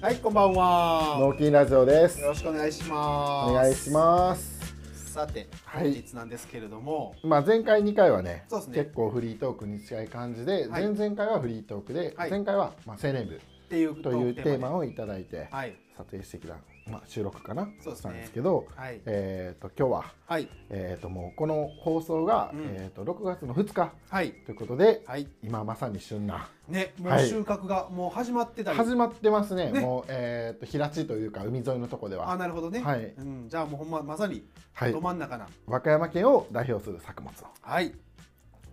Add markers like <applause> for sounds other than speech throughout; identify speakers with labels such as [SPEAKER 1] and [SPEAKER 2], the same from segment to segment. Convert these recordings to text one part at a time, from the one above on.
[SPEAKER 1] はい、こんばんは。
[SPEAKER 2] 脳筋ラジオです
[SPEAKER 1] よ。ろしくお願いします。
[SPEAKER 2] お願いします。
[SPEAKER 1] す。さて、
[SPEAKER 2] は
[SPEAKER 1] 本
[SPEAKER 2] い
[SPEAKER 1] 日なんですけれども、
[SPEAKER 2] まあ前回2回はね
[SPEAKER 1] そうですね
[SPEAKER 2] 結構フリートークに近い感じで、
[SPEAKER 1] はい
[SPEAKER 2] 前々回はフリートークで、
[SPEAKER 1] はい
[SPEAKER 2] 前回はまあ青年部
[SPEAKER 1] っていう
[SPEAKER 2] というテーマ
[SPEAKER 1] を、
[SPEAKER 2] をいただいて
[SPEAKER 1] はい、
[SPEAKER 2] 撮影してきた、まあ、収録かな
[SPEAKER 1] そうですね
[SPEAKER 2] したんですけど、
[SPEAKER 1] はい、
[SPEAKER 2] えっ、と今日は、
[SPEAKER 1] はい、
[SPEAKER 2] えっともうこの放送が、
[SPEAKER 1] うん
[SPEAKER 2] えっと6月の2日
[SPEAKER 1] はい、
[SPEAKER 2] ということで、
[SPEAKER 1] はい、
[SPEAKER 2] 今まさに旬な
[SPEAKER 1] ね、もう
[SPEAKER 2] はい
[SPEAKER 1] 収穫がもう始まってたり、
[SPEAKER 2] 始まってますね
[SPEAKER 1] ね
[SPEAKER 2] もう、えっと平地というか海沿いのとこで
[SPEAKER 1] あ、
[SPEAKER 2] は、
[SPEAKER 1] なるほどね。
[SPEAKER 2] はい
[SPEAKER 1] うん、じゃあもうほんままさに
[SPEAKER 2] はい
[SPEAKER 1] ど、真ん中な、
[SPEAKER 2] 和歌山県を代表する作物を
[SPEAKER 1] はい、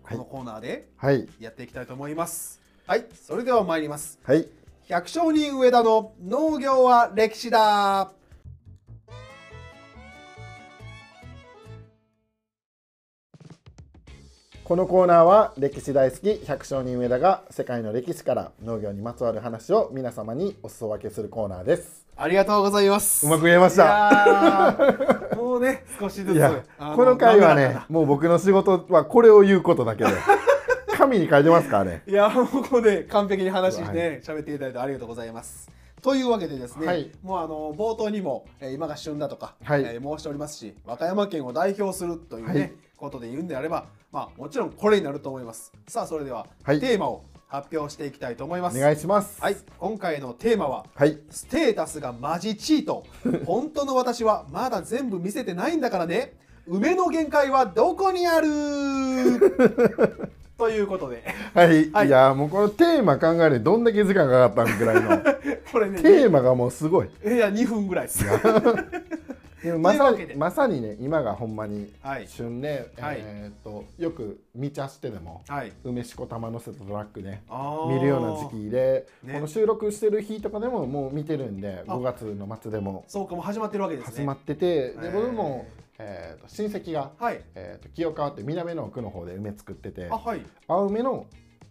[SPEAKER 1] このコーナーで
[SPEAKER 2] はい
[SPEAKER 1] やっていきたいと思います。はい、それでは参ります。
[SPEAKER 2] はい
[SPEAKER 1] 百姓人上田の農業は歴史だ。
[SPEAKER 2] このコーナーは歴史大好き百姓人上田が世界の歴史から農業にまつわる話を皆様にお裾分けするコーナーです
[SPEAKER 1] ありがとうございます。
[SPEAKER 2] うまく言えました
[SPEAKER 1] いやーもうね、少しず
[SPEAKER 2] い
[SPEAKER 1] つ。
[SPEAKER 2] や
[SPEAKER 1] あ
[SPEAKER 2] この回は。
[SPEAKER 1] 滑ら
[SPEAKER 2] ね
[SPEAKER 1] か
[SPEAKER 2] もう僕の仕事はこれを言うことだけで <laughs> 神に書いてますからね
[SPEAKER 1] ないや、もうここで完璧に話
[SPEAKER 2] は
[SPEAKER 1] ね、喋、っていただいてありがとうございます。というわけでですね、
[SPEAKER 2] はい
[SPEAKER 1] もうあの冒頭にも、えー今が旬だとか、
[SPEAKER 2] はい
[SPEAKER 1] えー申しておりますし、和歌山県を代表するというね、
[SPEAKER 2] はい
[SPEAKER 1] ことで言うんであれば、まあもちろんこれになると思います。さあ、それでは、
[SPEAKER 2] はい
[SPEAKER 1] テーマを発表していきたいと思いま
[SPEAKER 2] お
[SPEAKER 1] す。
[SPEAKER 2] 願いします
[SPEAKER 1] はい、今回のテーマは、
[SPEAKER 2] はい
[SPEAKER 1] ステータスがマジチート。本当の私はまだ全部見せてないんだからね。梅の限界はどこにあ
[SPEAKER 2] <laughs>
[SPEAKER 1] るということで、
[SPEAKER 2] はい、
[SPEAKER 1] はい
[SPEAKER 2] い、やもうこのテーマ考えるのにどんだけ時間かかったんぐらいの
[SPEAKER 1] <laughs> これね、
[SPEAKER 2] <laughs> テーマがもうすごい
[SPEAKER 1] いや、2分ぐらいです。
[SPEAKER 2] でもまさ
[SPEAKER 1] というわけで
[SPEAKER 2] にまさにね今がほんまに
[SPEAKER 1] はい
[SPEAKER 2] 旬で、
[SPEAKER 1] はい
[SPEAKER 2] えーっとよく見ちゃしてでも
[SPEAKER 1] はい。
[SPEAKER 2] 梅しこ玉のせたトラックね
[SPEAKER 1] あー
[SPEAKER 2] 見るような時期で、
[SPEAKER 1] ね
[SPEAKER 2] この収録してる日とかでももう見てるんで
[SPEAKER 1] あ
[SPEAKER 2] 5月の末でも
[SPEAKER 1] そうか、もう始まってるわけですね。
[SPEAKER 2] 始まってて、
[SPEAKER 1] へー
[SPEAKER 2] で僕も、えー、と親戚が、
[SPEAKER 1] はい。
[SPEAKER 2] えー、と清川って南の奥の方で梅作ってて
[SPEAKER 1] あ、はい。
[SPEAKER 2] 青梅の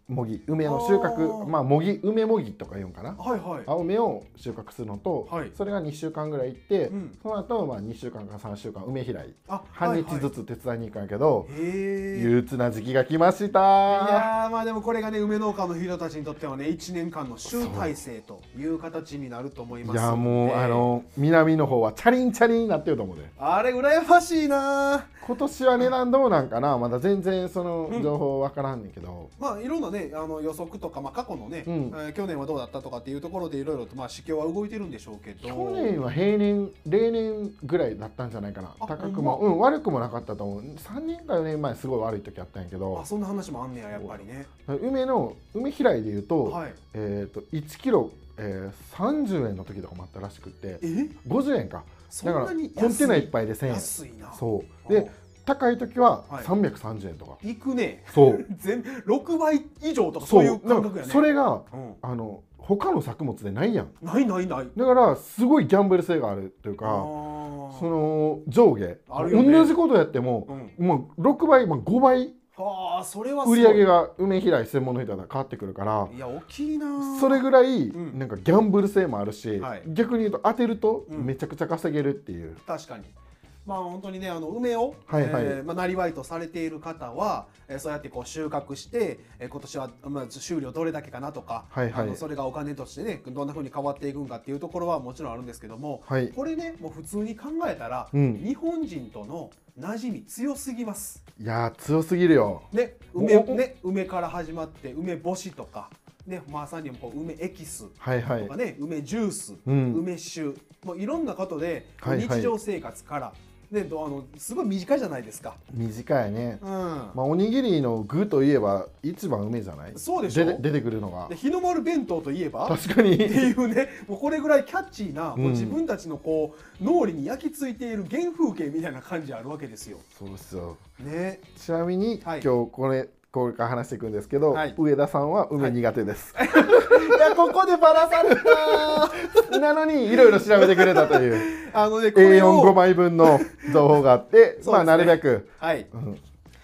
[SPEAKER 2] もぎ梅の収穫
[SPEAKER 1] あー
[SPEAKER 2] まあもぎ梅もぎとか言うんかな
[SPEAKER 1] はいはい。
[SPEAKER 2] 青梅を収穫するのと、
[SPEAKER 1] はい
[SPEAKER 2] それが2週間ぐらい行って、
[SPEAKER 1] うん
[SPEAKER 2] その後、まあ2週間か3週間梅開い
[SPEAKER 1] あ、
[SPEAKER 2] 半日ず
[SPEAKER 1] つ。
[SPEAKER 2] つ手伝いに行くんやけど、
[SPEAKER 1] へえ。
[SPEAKER 2] 憂鬱な時期が来まし
[SPEAKER 1] い
[SPEAKER 2] た
[SPEAKER 1] やーまあでもこれがね梅農家の人たちにとってはね1年間の集大成という形になると思います
[SPEAKER 2] いやもう、
[SPEAKER 1] ね
[SPEAKER 2] あの南の方はチャリンチャリンになってると思うで
[SPEAKER 1] あれ羨ましいな
[SPEAKER 2] 今年は値段どうなんかなまだ全然その
[SPEAKER 1] うん
[SPEAKER 2] 情報わからんねんけど、
[SPEAKER 1] まあいろんなねあの予測とか、まあ、過去のね、
[SPEAKER 2] うん
[SPEAKER 1] えー去年はどうだったとかっていうところでいろいろとまあ市況は動いてるんでしょうけど
[SPEAKER 2] 去年は平年例年ぐらいだったんじゃないかな
[SPEAKER 1] あ
[SPEAKER 2] 高く
[SPEAKER 1] ほんま
[SPEAKER 2] も、うん、悪くもなかったと思う3年か4年前すごい悪い時あったんやけど
[SPEAKER 1] あそんな話もあんねややっぱりね
[SPEAKER 2] 梅の梅平井でいうと,、
[SPEAKER 1] はい
[SPEAKER 2] えー、と1キロ、えー、30円の時とかもあったらしくって
[SPEAKER 1] え
[SPEAKER 2] 50円か
[SPEAKER 1] そ
[SPEAKER 2] だ
[SPEAKER 1] ん
[SPEAKER 2] から
[SPEAKER 1] な
[SPEAKER 2] コ
[SPEAKER 1] に
[SPEAKER 2] ン
[SPEAKER 1] 安い
[SPEAKER 2] テナ1杯で1000円
[SPEAKER 1] 安いな
[SPEAKER 2] そう
[SPEAKER 1] お
[SPEAKER 2] で高い時は
[SPEAKER 1] はい
[SPEAKER 2] 330円とか、
[SPEAKER 1] 行くね
[SPEAKER 2] そう
[SPEAKER 1] 全6倍以上とかそういう感覚や
[SPEAKER 2] なん
[SPEAKER 1] ね
[SPEAKER 2] かそれが
[SPEAKER 1] うん、
[SPEAKER 2] あの他の作物でないやん
[SPEAKER 1] ないないない
[SPEAKER 2] だからすごいギャンブル性があるという
[SPEAKER 1] あ
[SPEAKER 2] か
[SPEAKER 1] ー
[SPEAKER 2] その上下
[SPEAKER 1] あるよね
[SPEAKER 2] 同じことやっても、
[SPEAKER 1] うん
[SPEAKER 2] もう6倍、まあ、5倍
[SPEAKER 1] あーそれはすご
[SPEAKER 2] 売
[SPEAKER 1] い
[SPEAKER 2] り上げが梅平井専門の人だから変わってくるから
[SPEAKER 1] いや大きいな
[SPEAKER 2] それぐらい
[SPEAKER 1] うん
[SPEAKER 2] なんかギャンブル性もあるし、
[SPEAKER 1] はい
[SPEAKER 2] 逆に言うと当てると
[SPEAKER 1] うん
[SPEAKER 2] めちゃくちゃ稼げるっていう、
[SPEAKER 1] 確かにまあ本当にねあの梅を、
[SPEAKER 2] はいはい
[SPEAKER 1] えーまあ、なりわいとされている方は、えーそうやってこう収穫して、えー今年は、まあ、収量どれだけかなとか、
[SPEAKER 2] はいは
[SPEAKER 1] あ
[SPEAKER 2] い
[SPEAKER 1] のそれがお金としてねどんなふうに変わっていくんかっていうところはもちろんあるんですけども、
[SPEAKER 2] はい
[SPEAKER 1] これねもう普通に考えたら、
[SPEAKER 2] うん
[SPEAKER 1] 日本人との馴染み強すぎます。
[SPEAKER 2] いやー強すぎるよ
[SPEAKER 1] ね梅
[SPEAKER 2] おお
[SPEAKER 1] ね梅から始まって梅干しとか、ね、まさにこう梅エキス
[SPEAKER 2] はいはい
[SPEAKER 1] とかね、梅ジュース、
[SPEAKER 2] うん
[SPEAKER 1] 梅酒もういろんなことで
[SPEAKER 2] はいはい
[SPEAKER 1] 日常生活から、ねどあのすごい短いじゃないですか。
[SPEAKER 2] 短いね、
[SPEAKER 1] うん
[SPEAKER 2] まあ、おにぎりの具といえば一番梅じゃない
[SPEAKER 1] そうでしょ
[SPEAKER 2] 出て出てくるのが
[SPEAKER 1] で日の丸弁当といえばっ
[SPEAKER 2] 確か
[SPEAKER 1] て
[SPEAKER 2] に
[SPEAKER 1] いうねもうこれぐらいキャッチーな、もう
[SPEAKER 2] うん
[SPEAKER 1] 自分たちのこう脳裏に焼き付いている原風景みたいな感じあるわけですよ。
[SPEAKER 2] そうですよ
[SPEAKER 1] ね、
[SPEAKER 2] ちなみに、
[SPEAKER 1] はい
[SPEAKER 2] 今日これこれから話していくんですけど、
[SPEAKER 1] はい
[SPEAKER 2] 上田さんは梅苦
[SPEAKER 1] <laughs>
[SPEAKER 2] 手です、
[SPEAKER 1] いやここでバラされた
[SPEAKER 2] なのにいろいろ調べてくれたという
[SPEAKER 1] <laughs> あのねこれ
[SPEAKER 2] A45
[SPEAKER 1] を、 <laughs>
[SPEAKER 2] 枚分の情報があって、
[SPEAKER 1] すね
[SPEAKER 2] まあなるべく、
[SPEAKER 1] はい、
[SPEAKER 2] うん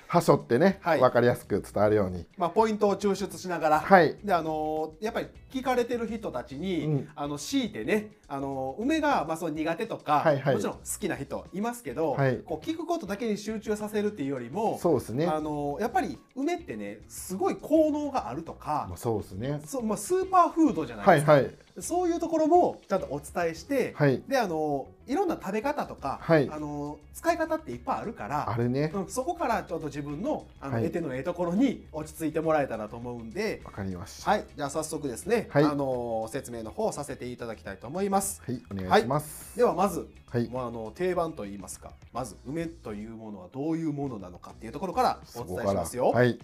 [SPEAKER 2] 端折ってね、
[SPEAKER 1] はい
[SPEAKER 2] 分かりやすく伝わるように
[SPEAKER 1] まあ、ポイントを抽出しながら、
[SPEAKER 2] はい
[SPEAKER 1] であのーやっぱり聞かれてる人たちに、
[SPEAKER 2] うん
[SPEAKER 1] あの強いてね、あのー梅がまあその苦手とか、
[SPEAKER 2] はいはい
[SPEAKER 1] もちろん好きな人いますけど、
[SPEAKER 2] はい
[SPEAKER 1] こう聞くことだけに集中させるっていうよりも、
[SPEAKER 2] そうですね
[SPEAKER 1] あのーやっぱり梅ってねすごい効能があるとか
[SPEAKER 2] まあ、そうですね
[SPEAKER 1] そうまあ、スーパーフードじゃない
[SPEAKER 2] は
[SPEAKER 1] で
[SPEAKER 2] い
[SPEAKER 1] すか、
[SPEAKER 2] はい
[SPEAKER 1] そういうところもちゃんとお伝えして、
[SPEAKER 2] はい
[SPEAKER 1] であのーいろんな食べ方とか、
[SPEAKER 2] はい
[SPEAKER 1] あのー使い方っていっぱいあるから
[SPEAKER 2] あれね
[SPEAKER 1] うんそこからちょっと自分のあの、
[SPEAKER 2] はい
[SPEAKER 1] 得手のええところに落ち着いてもらえたらと思うんで、
[SPEAKER 2] 分かりましたは
[SPEAKER 1] はい、じゃあ早速ですね、
[SPEAKER 2] はい
[SPEAKER 1] あのー説明の方をさせていただきたいと思います。
[SPEAKER 2] い、お願いします
[SPEAKER 1] ではまず、
[SPEAKER 2] はい、
[SPEAKER 1] まあ、あの定番といいますか、まず梅というものはどういうものなのかっていうところからお
[SPEAKER 2] そこ
[SPEAKER 1] 伝え
[SPEAKER 2] か
[SPEAKER 1] し
[SPEAKER 2] ら
[SPEAKER 1] ますよ。、
[SPEAKER 2] はいい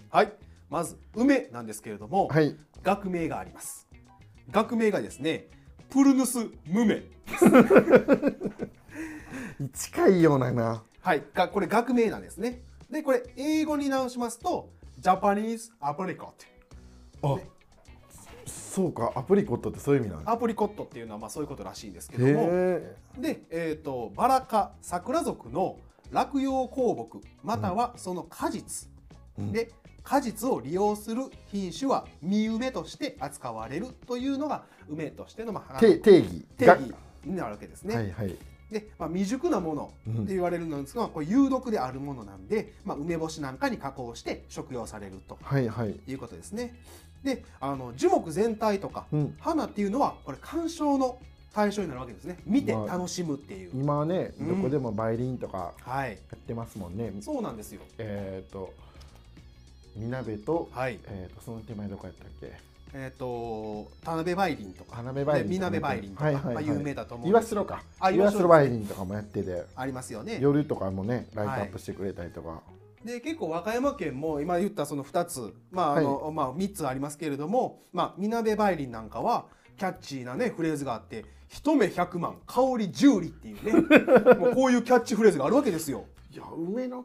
[SPEAKER 1] まず梅なんですけれども、
[SPEAKER 2] はい
[SPEAKER 1] 学名があります。学名がですね、プルヌスムメ。
[SPEAKER 2] 近いようなな
[SPEAKER 1] はい、がこれ学名なんですね。で、これ英語に直しますと、ジャパニーズアプリコット。
[SPEAKER 2] あそうかアプリコットってそういう意味なんだ
[SPEAKER 1] アプリコットっていうのはまあそういうことらしいんですけ
[SPEAKER 2] へ
[SPEAKER 1] ども
[SPEAKER 2] え
[SPEAKER 1] で、えー、とバラ科桜属の落葉鉱木またはその果実、
[SPEAKER 2] うん
[SPEAKER 1] で果実を利用する品種は実梅として扱われるというのが梅としてのまあ
[SPEAKER 2] 定定義
[SPEAKER 1] 定
[SPEAKER 2] が
[SPEAKER 1] 義になるわけですね。
[SPEAKER 2] はいはい
[SPEAKER 1] で、まあ、未熟なものって言われるのですが、これ有毒であるものなんで、まあ、梅干しなんかに加工して食用されると
[SPEAKER 2] はいはい
[SPEAKER 1] いうことですね。であの樹木全体とか
[SPEAKER 2] うん
[SPEAKER 1] 花っていうのはこれ鑑賞の対象になるわけですね見て
[SPEAKER 2] まあ
[SPEAKER 1] 楽しむっていう、
[SPEAKER 2] 今はね
[SPEAKER 1] うん
[SPEAKER 2] どこでも梅林とか
[SPEAKER 1] はい
[SPEAKER 2] やってますもんね、
[SPEAKER 1] そうなんですよ
[SPEAKER 2] えっ、ー、とみなべと、
[SPEAKER 1] はい
[SPEAKER 2] えー、とその手前どこやったっけ
[SPEAKER 1] えっ、と田辺梅林とか
[SPEAKER 2] 花芽梅林
[SPEAKER 1] みなべ梅林とか、
[SPEAKER 2] はいはい
[SPEAKER 1] ま
[SPEAKER 2] は
[SPEAKER 1] あ、
[SPEAKER 2] い
[SPEAKER 1] 有名だと思う
[SPEAKER 2] 岩城か
[SPEAKER 1] あ岩
[SPEAKER 2] 岩城
[SPEAKER 1] 城
[SPEAKER 2] 梅林とかもやってて
[SPEAKER 1] ありますよね
[SPEAKER 2] 夜とかもねライトアップしてくれたりとか、
[SPEAKER 1] で結構和歌山県も今言ったその2つまああの、まあ、3つありますけれどもまあみなべ梅林なんかはキャッチーなねフレーズがあって「一目100万香り10里」っていうねもうこういうキャッチフレーズがあるわけですよ。
[SPEAKER 2] い、や梅の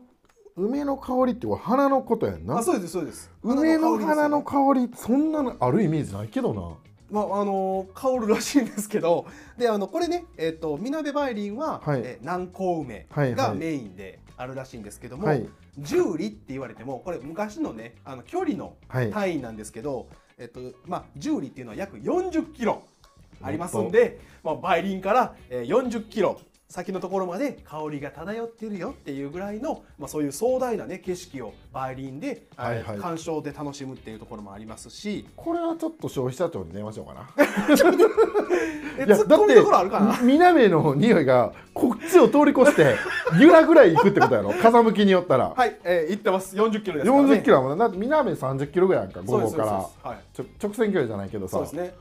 [SPEAKER 2] 梅の香りってこれ花のことやんな
[SPEAKER 1] あそうですそうです。香り
[SPEAKER 2] 梅の
[SPEAKER 1] ですよね
[SPEAKER 2] 花の香りそんなのあるイメージないけどな
[SPEAKER 1] まああの香るらしいんですけどであのこれね、えっとみなべ梅林は、
[SPEAKER 2] はい
[SPEAKER 1] え南高梅
[SPEAKER 2] はいは
[SPEAKER 1] が
[SPEAKER 2] い
[SPEAKER 1] メインであるらしいんですけども、
[SPEAKER 2] はい
[SPEAKER 1] 十里って言われてもこれ昔のねあの距離の
[SPEAKER 2] はい
[SPEAKER 1] 単位なんですけど、えっとまあ、十里っていうのは約40キロありますんで、まあ、梅林から、えー、40キロ先のところまで香りが漂ってるよっていうぐらいの、まあ、そういう壮大な、ね、景色を梅林で、あ
[SPEAKER 2] はいはい
[SPEAKER 1] 鑑賞で楽しむっていうところもありますし。
[SPEAKER 2] これはちょっと消費者庁に電話しようかな
[SPEAKER 1] え
[SPEAKER 2] いや
[SPEAKER 1] ツッコミどころあるかな
[SPEAKER 2] みなべの匂いがこっちを通り越して由良ぐらい行くってことやろ風向きによったら、
[SPEAKER 1] はい、えー、行ってます。40キロですから、ね。
[SPEAKER 2] 40キロもんなだってみなべ30キロぐらいやんか
[SPEAKER 1] そうです
[SPEAKER 2] 午後か
[SPEAKER 1] そう
[SPEAKER 2] ら
[SPEAKER 1] ですそうですはい。
[SPEAKER 2] ちょ直線距離じゃないけどさ
[SPEAKER 1] そうですね。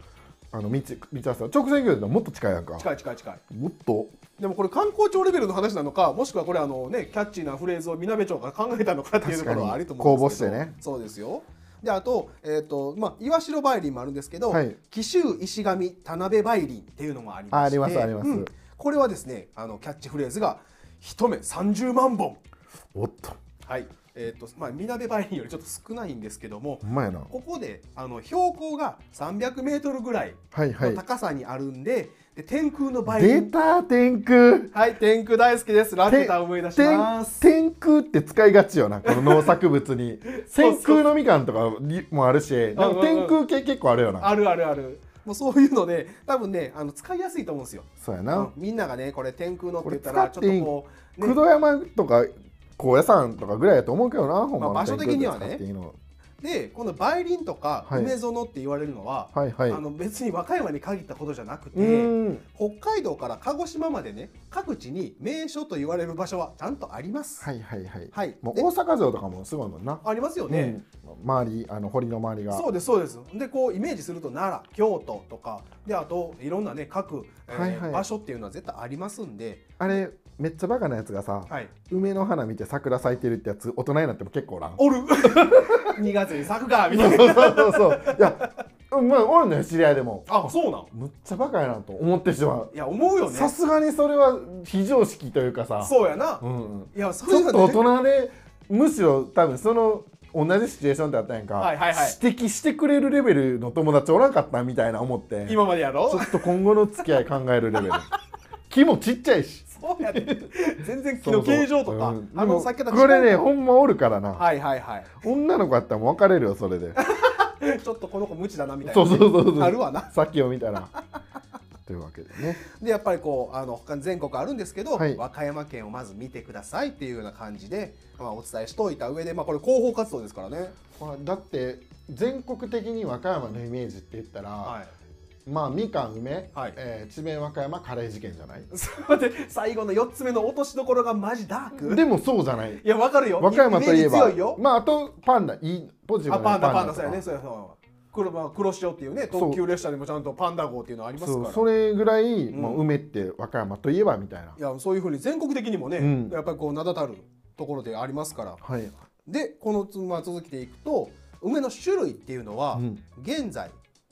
[SPEAKER 2] あの道道合わせは直線距離でもっと近いやんか
[SPEAKER 1] 近い近い近い。
[SPEAKER 2] もっと
[SPEAKER 1] でもこれ観光庁レベルの話なのか、もしくはこれあのね、キャッチーなフレーズをみなべ町が考えたのかっていうところはあると思うんですけど。
[SPEAKER 2] 確かに公募してね。
[SPEAKER 1] そうですよ。であと、えっ、と、まあ、岩城梅林もあるんですけど、
[SPEAKER 2] はい
[SPEAKER 1] 紀州石上田辺梅林っていうのもありまして
[SPEAKER 2] あありますあります
[SPEAKER 1] うんこれはですね、あのキャッチフレーズが一目30万本。
[SPEAKER 2] おっと
[SPEAKER 1] はい。えっ、と、まあ、みなべ梅林よりちょっと少ないんですけども
[SPEAKER 2] ほ、んまやな
[SPEAKER 1] ここであの標高が300メートルぐらい
[SPEAKER 2] はいは
[SPEAKER 1] の
[SPEAKER 2] い
[SPEAKER 1] 高さにあるんで、で天空の梅
[SPEAKER 2] 出
[SPEAKER 1] 林
[SPEAKER 2] た天空
[SPEAKER 1] はい天空大好きですラピュタ思い出します
[SPEAKER 2] 天天空って使いがちよなこの農作物に
[SPEAKER 1] <laughs> そうそう
[SPEAKER 2] 天空のみかんとかにもあるしなんか天空系結構あるよな
[SPEAKER 1] あるあるあるもうそういうので多分ねあの使いやすいと思うんですよ、
[SPEAKER 2] そうや
[SPEAKER 1] う
[SPEAKER 2] なん
[SPEAKER 1] みんながねこれ天空のって言ったらちょ
[SPEAKER 2] こ
[SPEAKER 1] っ
[SPEAKER 2] れ使っていい
[SPEAKER 1] とこう、
[SPEAKER 2] 工
[SPEAKER 1] ね、
[SPEAKER 2] 藤山とか高野山とかぐらいやと思うけどなほん
[SPEAKER 1] ま
[SPEAKER 2] ま
[SPEAKER 1] あ場所的にはね
[SPEAKER 2] 天空って使っていいの
[SPEAKER 1] でこの梅林とか
[SPEAKER 2] はい
[SPEAKER 1] 梅園って言われるのは、
[SPEAKER 2] はいはい
[SPEAKER 1] あの別に和歌山に限ったことじゃなくて、
[SPEAKER 2] うーん
[SPEAKER 1] 北海道から鹿児島までね各地に名所と言われる場所はちゃんとあります、
[SPEAKER 2] はいはいはい、
[SPEAKER 1] はい
[SPEAKER 2] もう
[SPEAKER 1] で
[SPEAKER 2] 大阪城とかもすごいもんな
[SPEAKER 1] ありますよね、
[SPEAKER 2] うん周りあの堀の周りが
[SPEAKER 1] そうですそうですでこうイメージすると奈良京都とかであといろんなね各、えー
[SPEAKER 2] はいはい
[SPEAKER 1] 場所っていうのは絶対ありますんで、
[SPEAKER 2] あれめっちゃバカなやつがさ、
[SPEAKER 1] はい、
[SPEAKER 2] 梅の花見て桜咲いてるってやつ大人になっても結構おらん
[SPEAKER 1] <laughs> おる2月に咲くかみたいな
[SPEAKER 2] そうそうそうそういやうんまあおるのよ知り合いでも
[SPEAKER 1] あそうなん
[SPEAKER 2] むっちゃバカやなと思ってしまう
[SPEAKER 1] いや思うよね
[SPEAKER 2] さすがにそれは非常識というかさ
[SPEAKER 1] そうやな、
[SPEAKER 2] う、んうん、
[SPEAKER 1] いやそ
[SPEAKER 2] ち
[SPEAKER 1] れ
[SPEAKER 2] ょっと
[SPEAKER 1] が、
[SPEAKER 2] 大
[SPEAKER 1] ね、
[SPEAKER 2] 人でむしろ多分その同じシチュエーションだったんやんか、
[SPEAKER 1] はいはいはい
[SPEAKER 2] 指摘してくれるレベルの友達おらんかったみたいな思ってちょ
[SPEAKER 1] 今までやろ
[SPEAKER 2] <laughs> っと今後の付き合い考えるレベル木もちっちゃいし
[SPEAKER 1] そうやね
[SPEAKER 2] <laughs>
[SPEAKER 1] 全然木の形状とか
[SPEAKER 2] そうそううん
[SPEAKER 1] あ
[SPEAKER 2] で
[SPEAKER 1] の
[SPEAKER 2] も
[SPEAKER 1] 避けた
[SPEAKER 2] これねほんまおるからな、
[SPEAKER 1] はいはいは
[SPEAKER 2] 女の子やったらもう別れるよそれで
[SPEAKER 1] いちょっとこの子無知だなみたいな
[SPEAKER 2] そうそうそうそう
[SPEAKER 1] あるわな
[SPEAKER 2] さっきを見たらというわけで <laughs> ね
[SPEAKER 1] でやっぱりこうあの他に全国あるんですけど、
[SPEAKER 2] はい
[SPEAKER 1] 和歌山県をまず見てくださいっていうような感じで、まあ、お伝えしといた上で、まあ、これ広報活動ですからね、
[SPEAKER 2] まあだって全国的に和歌山のイメージって言ったら、
[SPEAKER 1] は
[SPEAKER 2] まあみかん梅、
[SPEAKER 1] はい
[SPEAKER 2] えー智弁和歌山カレー事件じゃない
[SPEAKER 1] い、 <laughs> それで最後の4つ目の落としどころがマジダーク
[SPEAKER 2] でもそうじゃない
[SPEAKER 1] いやわかるよ
[SPEAKER 2] 和歌山とい
[SPEAKER 1] イ
[SPEAKER 2] え
[SPEAKER 1] メー
[SPEAKER 2] ば
[SPEAKER 1] ジ強いよ、
[SPEAKER 2] まああとパンダいいポジティ
[SPEAKER 1] あ
[SPEAKER 2] ブな
[SPEAKER 1] パンダパンダ
[SPEAKER 2] とか
[SPEAKER 1] そうやねそうやそうや黒まあ黒潮っていうね
[SPEAKER 2] そう
[SPEAKER 1] 特急列車でもちゃんとパンダ号っていうのあります
[SPEAKER 2] そ
[SPEAKER 1] か
[SPEAKER 2] う
[SPEAKER 1] ら
[SPEAKER 2] それぐらい、
[SPEAKER 1] ん
[SPEAKER 2] まあ、梅って和歌山といえばみたいない
[SPEAKER 1] やそういうふうに全国的にもね、
[SPEAKER 2] うん
[SPEAKER 1] やっぱりこう名だたるところでありますから
[SPEAKER 2] はい
[SPEAKER 1] でこのつ、まあ、続きでいくと梅の種類っていうのは、
[SPEAKER 2] うん
[SPEAKER 1] 現在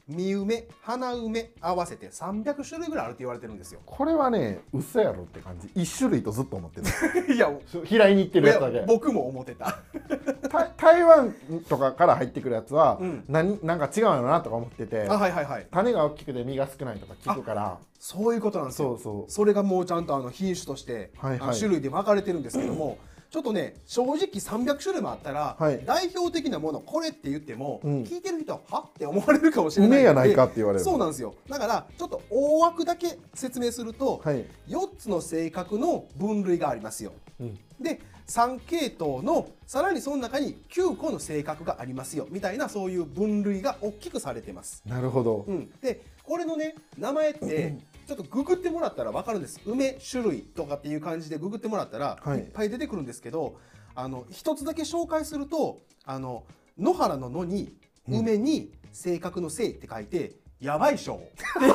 [SPEAKER 1] 実梅花梅合わせて300種類ぐらいあるって言われてるん
[SPEAKER 2] <laughs>
[SPEAKER 1] ですよ
[SPEAKER 2] これはね嘘やろって感じ一種類とずっと思って
[SPEAKER 1] <laughs>
[SPEAKER 2] る
[SPEAKER 1] いや
[SPEAKER 2] そう平井に行ってるやつだけ
[SPEAKER 1] 僕も思ってた
[SPEAKER 2] た台湾とかから入ってくるやつは、
[SPEAKER 1] うん
[SPEAKER 2] 何なんか違うのなとか思ってて
[SPEAKER 1] あはいはいはい
[SPEAKER 2] 種が大きくて実が少ないとか聞くから
[SPEAKER 1] そういうことなんですよ
[SPEAKER 2] そうそう
[SPEAKER 1] それがもうちゃんとあの品種として、
[SPEAKER 2] はいはい
[SPEAKER 1] あの種類で分かれてるんですけども、ちょっとね正直300種類もあったら、
[SPEAKER 2] はい
[SPEAKER 1] 代表的なものこれって言っても、
[SPEAKER 2] うん
[SPEAKER 1] 聞いてる人ははって思われるかもしれない
[SPEAKER 2] 梅やないかって言われる
[SPEAKER 1] そうなんですよだからちょっと大枠だけ説明すると、
[SPEAKER 2] はい
[SPEAKER 1] 4つの性格の分類がありますよ
[SPEAKER 2] うん
[SPEAKER 1] で3系統のさらにその中に9個の性格がありますよみたいなそういう分類が大きくされてます
[SPEAKER 2] なるほど、
[SPEAKER 1] うん、でこれのね名前ってちょっとググってもらったら分かるんです梅種類とかっていう感じでググってもらったら
[SPEAKER 2] はい
[SPEAKER 1] いっぱい出てくるんですけど、あの一つだけ紹介するとあの野原の野に
[SPEAKER 2] うん
[SPEAKER 1] 梅に性格の性って書いて、やばい
[SPEAKER 2] <laughs>
[SPEAKER 1] しょっていう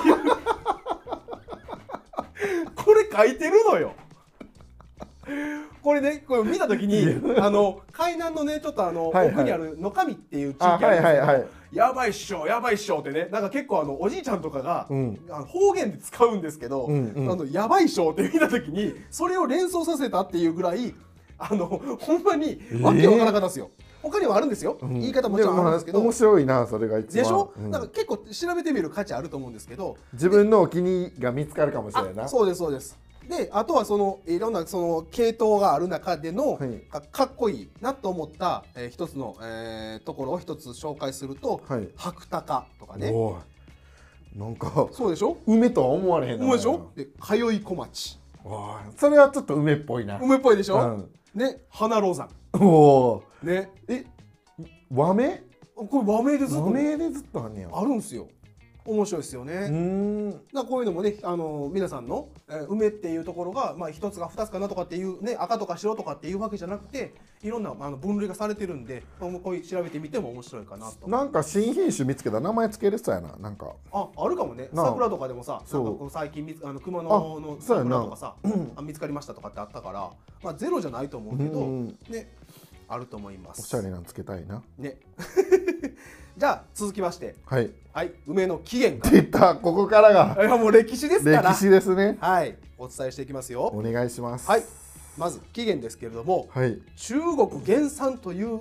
[SPEAKER 1] これ書いてるのよこれねこれ見た時にあの海南のねちょっとあの、
[SPEAKER 2] はいはい
[SPEAKER 1] 奥にある野上っていう地域
[SPEAKER 2] あ
[SPEAKER 1] あるん
[SPEAKER 2] は
[SPEAKER 1] ですけ
[SPEAKER 2] い
[SPEAKER 1] ど、
[SPEAKER 2] はいはい
[SPEAKER 1] やばいっしょやばいっしょってねなんか結構あのおじいちゃんとかが、
[SPEAKER 2] うん
[SPEAKER 1] あの方言で使うんですけど、
[SPEAKER 2] うんうん
[SPEAKER 1] あのやばいっしょって見た時にそれを連想させたっていうぐらいあのほんまにわけわからなかったんですよ、他にはあるんですよ、
[SPEAKER 2] うん
[SPEAKER 1] 言い方もちろんあるんですけど
[SPEAKER 2] もまあ面白いなそれが一番
[SPEAKER 1] でしょ、
[SPEAKER 2] うん
[SPEAKER 1] なんか結構調べてみる価値あると思うんですけど
[SPEAKER 2] 自分のお気に入りが見つかるかもしれないな
[SPEAKER 1] あそうですそうですであとはそのいろんなその系統がある中での、
[SPEAKER 2] はい
[SPEAKER 1] かかっこいいなと思った、えー一つの、えーところを一つ紹介すると、
[SPEAKER 2] はい
[SPEAKER 1] ハクタカとかね
[SPEAKER 2] おいなんか
[SPEAKER 1] そうでしょ
[SPEAKER 2] 梅とは思われへんな
[SPEAKER 1] 梅でしょで通い小町
[SPEAKER 2] おいそれはちょっと梅っぽいな
[SPEAKER 1] 梅っぽいでし
[SPEAKER 2] う
[SPEAKER 1] ょ、
[SPEAKER 2] ん
[SPEAKER 1] ね花ロザ
[SPEAKER 2] おお
[SPEAKER 1] ンね
[SPEAKER 2] ーえ和名
[SPEAKER 1] これ和名でずっ
[SPEAKER 2] 和
[SPEAKER 1] とね
[SPEAKER 2] 名でずっとあんねや
[SPEAKER 1] あるんですよ面白いですよね、
[SPEAKER 2] うーん
[SPEAKER 1] だからこういうのもね、あの皆さんの、えー梅っていうところが、まあ、1つか2つかなとかっていう、ね、赤とか白とかっていうわけじゃなくていろんなあの分類がされてるんで、まあ、こういう調べてみても面白いかなと
[SPEAKER 2] なんか新品種見つけた名前つけれそうやななんか
[SPEAKER 1] ああるかもね
[SPEAKER 2] なあ
[SPEAKER 1] 桜とかでもさな
[SPEAKER 2] そうん
[SPEAKER 1] かこう最近見つあの熊野の
[SPEAKER 2] あそう
[SPEAKER 1] 桜
[SPEAKER 2] やな
[SPEAKER 1] とかさ、あ見つかりましたとかってあったから、まあ、ゼロじゃないと思うけど、
[SPEAKER 2] うんうん
[SPEAKER 1] ねあると思います
[SPEAKER 2] おしゃれなんつけたいな
[SPEAKER 1] ね <laughs> じゃあ続きまして <laughs>
[SPEAKER 2] はい
[SPEAKER 1] はい梅の起源か
[SPEAKER 2] 出たここ
[SPEAKER 1] <laughs>
[SPEAKER 2] からが
[SPEAKER 1] らいやもう歴史ですから
[SPEAKER 2] 歴史ですね
[SPEAKER 1] はいお伝えしていきますよ
[SPEAKER 2] お願いします
[SPEAKER 1] はいまず起源ですけれども、
[SPEAKER 2] はい
[SPEAKER 1] 中国原産という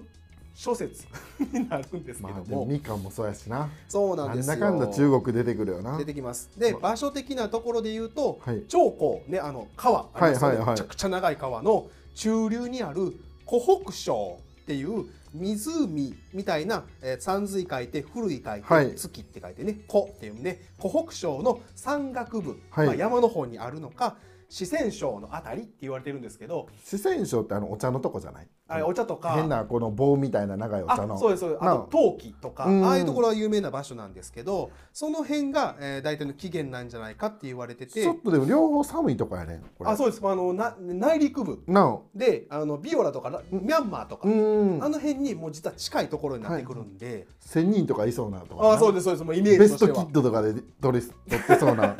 [SPEAKER 1] 諸説になるんですけ
[SPEAKER 2] ま
[SPEAKER 1] ど
[SPEAKER 2] あで
[SPEAKER 1] も,、
[SPEAKER 2] もみかんもそうやしな
[SPEAKER 1] そうな
[SPEAKER 2] なん
[SPEAKER 1] で
[SPEAKER 2] ん
[SPEAKER 1] すよ
[SPEAKER 2] だかんだ中国出てくるよな
[SPEAKER 1] 出てきますで、
[SPEAKER 2] ま
[SPEAKER 1] 場所的なところで言うと、
[SPEAKER 2] はい
[SPEAKER 1] 長江ねあの川ありますよね
[SPEAKER 2] はいはいはい
[SPEAKER 1] めちゃくちゃ長い川の中流にある湖北省っていう湖みたいな、えー、山水書いて古い書いて、
[SPEAKER 2] はい
[SPEAKER 1] 月って書いてね湖っていうんで湖北省の山岳部、
[SPEAKER 2] はい
[SPEAKER 1] まあ、山の方にあるのか四川省のあたりって言われてるんですけど
[SPEAKER 2] 四川省ってあのお茶のとこじゃない
[SPEAKER 1] あれお茶とか
[SPEAKER 2] 変なこの棒みたいな長いお
[SPEAKER 1] あ
[SPEAKER 2] 茶の
[SPEAKER 1] そうですそうですあ
[SPEAKER 2] な
[SPEAKER 1] と陶器とか
[SPEAKER 2] うん
[SPEAKER 1] ああいうところは有名な場所なんですけどその辺が、えー、大体の起源なんじゃないかって言われてて
[SPEAKER 2] ちょっとでも両方寒いとこやねんこれ
[SPEAKER 1] あそうですあのな内陸部
[SPEAKER 2] なお
[SPEAKER 1] であのビオラとかラミャンマーとか、
[SPEAKER 2] うー
[SPEAKER 1] あ
[SPEAKER 2] ん
[SPEAKER 1] の辺にもう実は近いところになってくるんで、
[SPEAKER 2] 千人とかいそうなとか
[SPEAKER 1] ああそう
[SPEAKER 2] で
[SPEAKER 1] ですそうですもうイメー
[SPEAKER 2] ベ
[SPEAKER 1] ジ
[SPEAKER 2] ス
[SPEAKER 1] として
[SPEAKER 2] トキ
[SPEAKER 1] は
[SPEAKER 2] ッドとかでドレス取ってそ
[SPEAKER 1] <laughs>
[SPEAKER 2] うな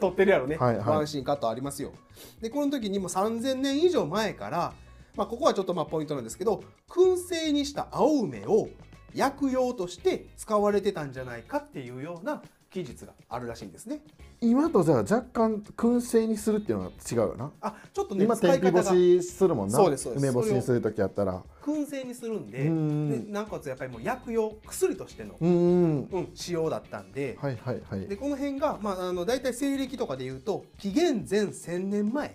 [SPEAKER 1] 撮ってるやろね、
[SPEAKER 2] はいはい
[SPEAKER 1] ワンシーンカットありますよでこの時にもう3000年以上前から、まあ、ここはちょっとまあポイントなんですけど燻製にした青梅を薬用として使われてたんじゃないかっていうような記述があるらしいんですね
[SPEAKER 2] 今とじゃあ若干燻製にするっていうのは違うよな
[SPEAKER 1] あちょっとね
[SPEAKER 2] 今
[SPEAKER 1] 使
[SPEAKER 2] 天
[SPEAKER 1] い
[SPEAKER 2] 日
[SPEAKER 1] 方
[SPEAKER 2] 干
[SPEAKER 1] が
[SPEAKER 2] しするもんな
[SPEAKER 1] そうですそうです
[SPEAKER 2] 梅干しにする時やったら
[SPEAKER 1] 燻製にするんで
[SPEAKER 2] うん
[SPEAKER 1] でなおかつやっぱりもう薬用薬としての、
[SPEAKER 2] うーん
[SPEAKER 1] うん、使用だったんで、
[SPEAKER 2] はいはいはい
[SPEAKER 1] でこの辺が、まあ、あの大体西暦とかで言うと紀元前1000年前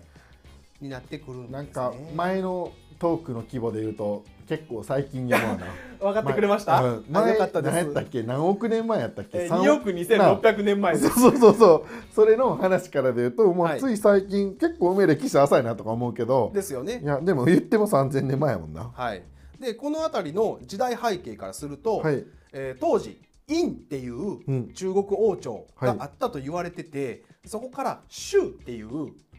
[SPEAKER 1] になってくるんです、ね、
[SPEAKER 2] なんか前のトークの規模で言うと結構最近や
[SPEAKER 1] <laughs>
[SPEAKER 2] もんな
[SPEAKER 1] 分かってくれました、
[SPEAKER 2] うん
[SPEAKER 1] あ
[SPEAKER 2] 前
[SPEAKER 1] よかったで
[SPEAKER 2] 何やったっ
[SPEAKER 1] す、
[SPEAKER 2] け何億年前やったっけ
[SPEAKER 1] えー、
[SPEAKER 2] 三
[SPEAKER 1] 2億2600年前です
[SPEAKER 2] そうそうそうそうそれの話からで言うと、も
[SPEAKER 1] は
[SPEAKER 2] う
[SPEAKER 1] い
[SPEAKER 2] つい最近、結構梅歴史浅いなとか思うけど
[SPEAKER 1] ですよね
[SPEAKER 2] いやでも言っても3000年前やもんな
[SPEAKER 1] はいでこの辺りの時代背景からすると、
[SPEAKER 2] はい
[SPEAKER 1] えー当時殷っていう
[SPEAKER 2] うん
[SPEAKER 1] 中国王朝があったと言われてて、そこから周っていう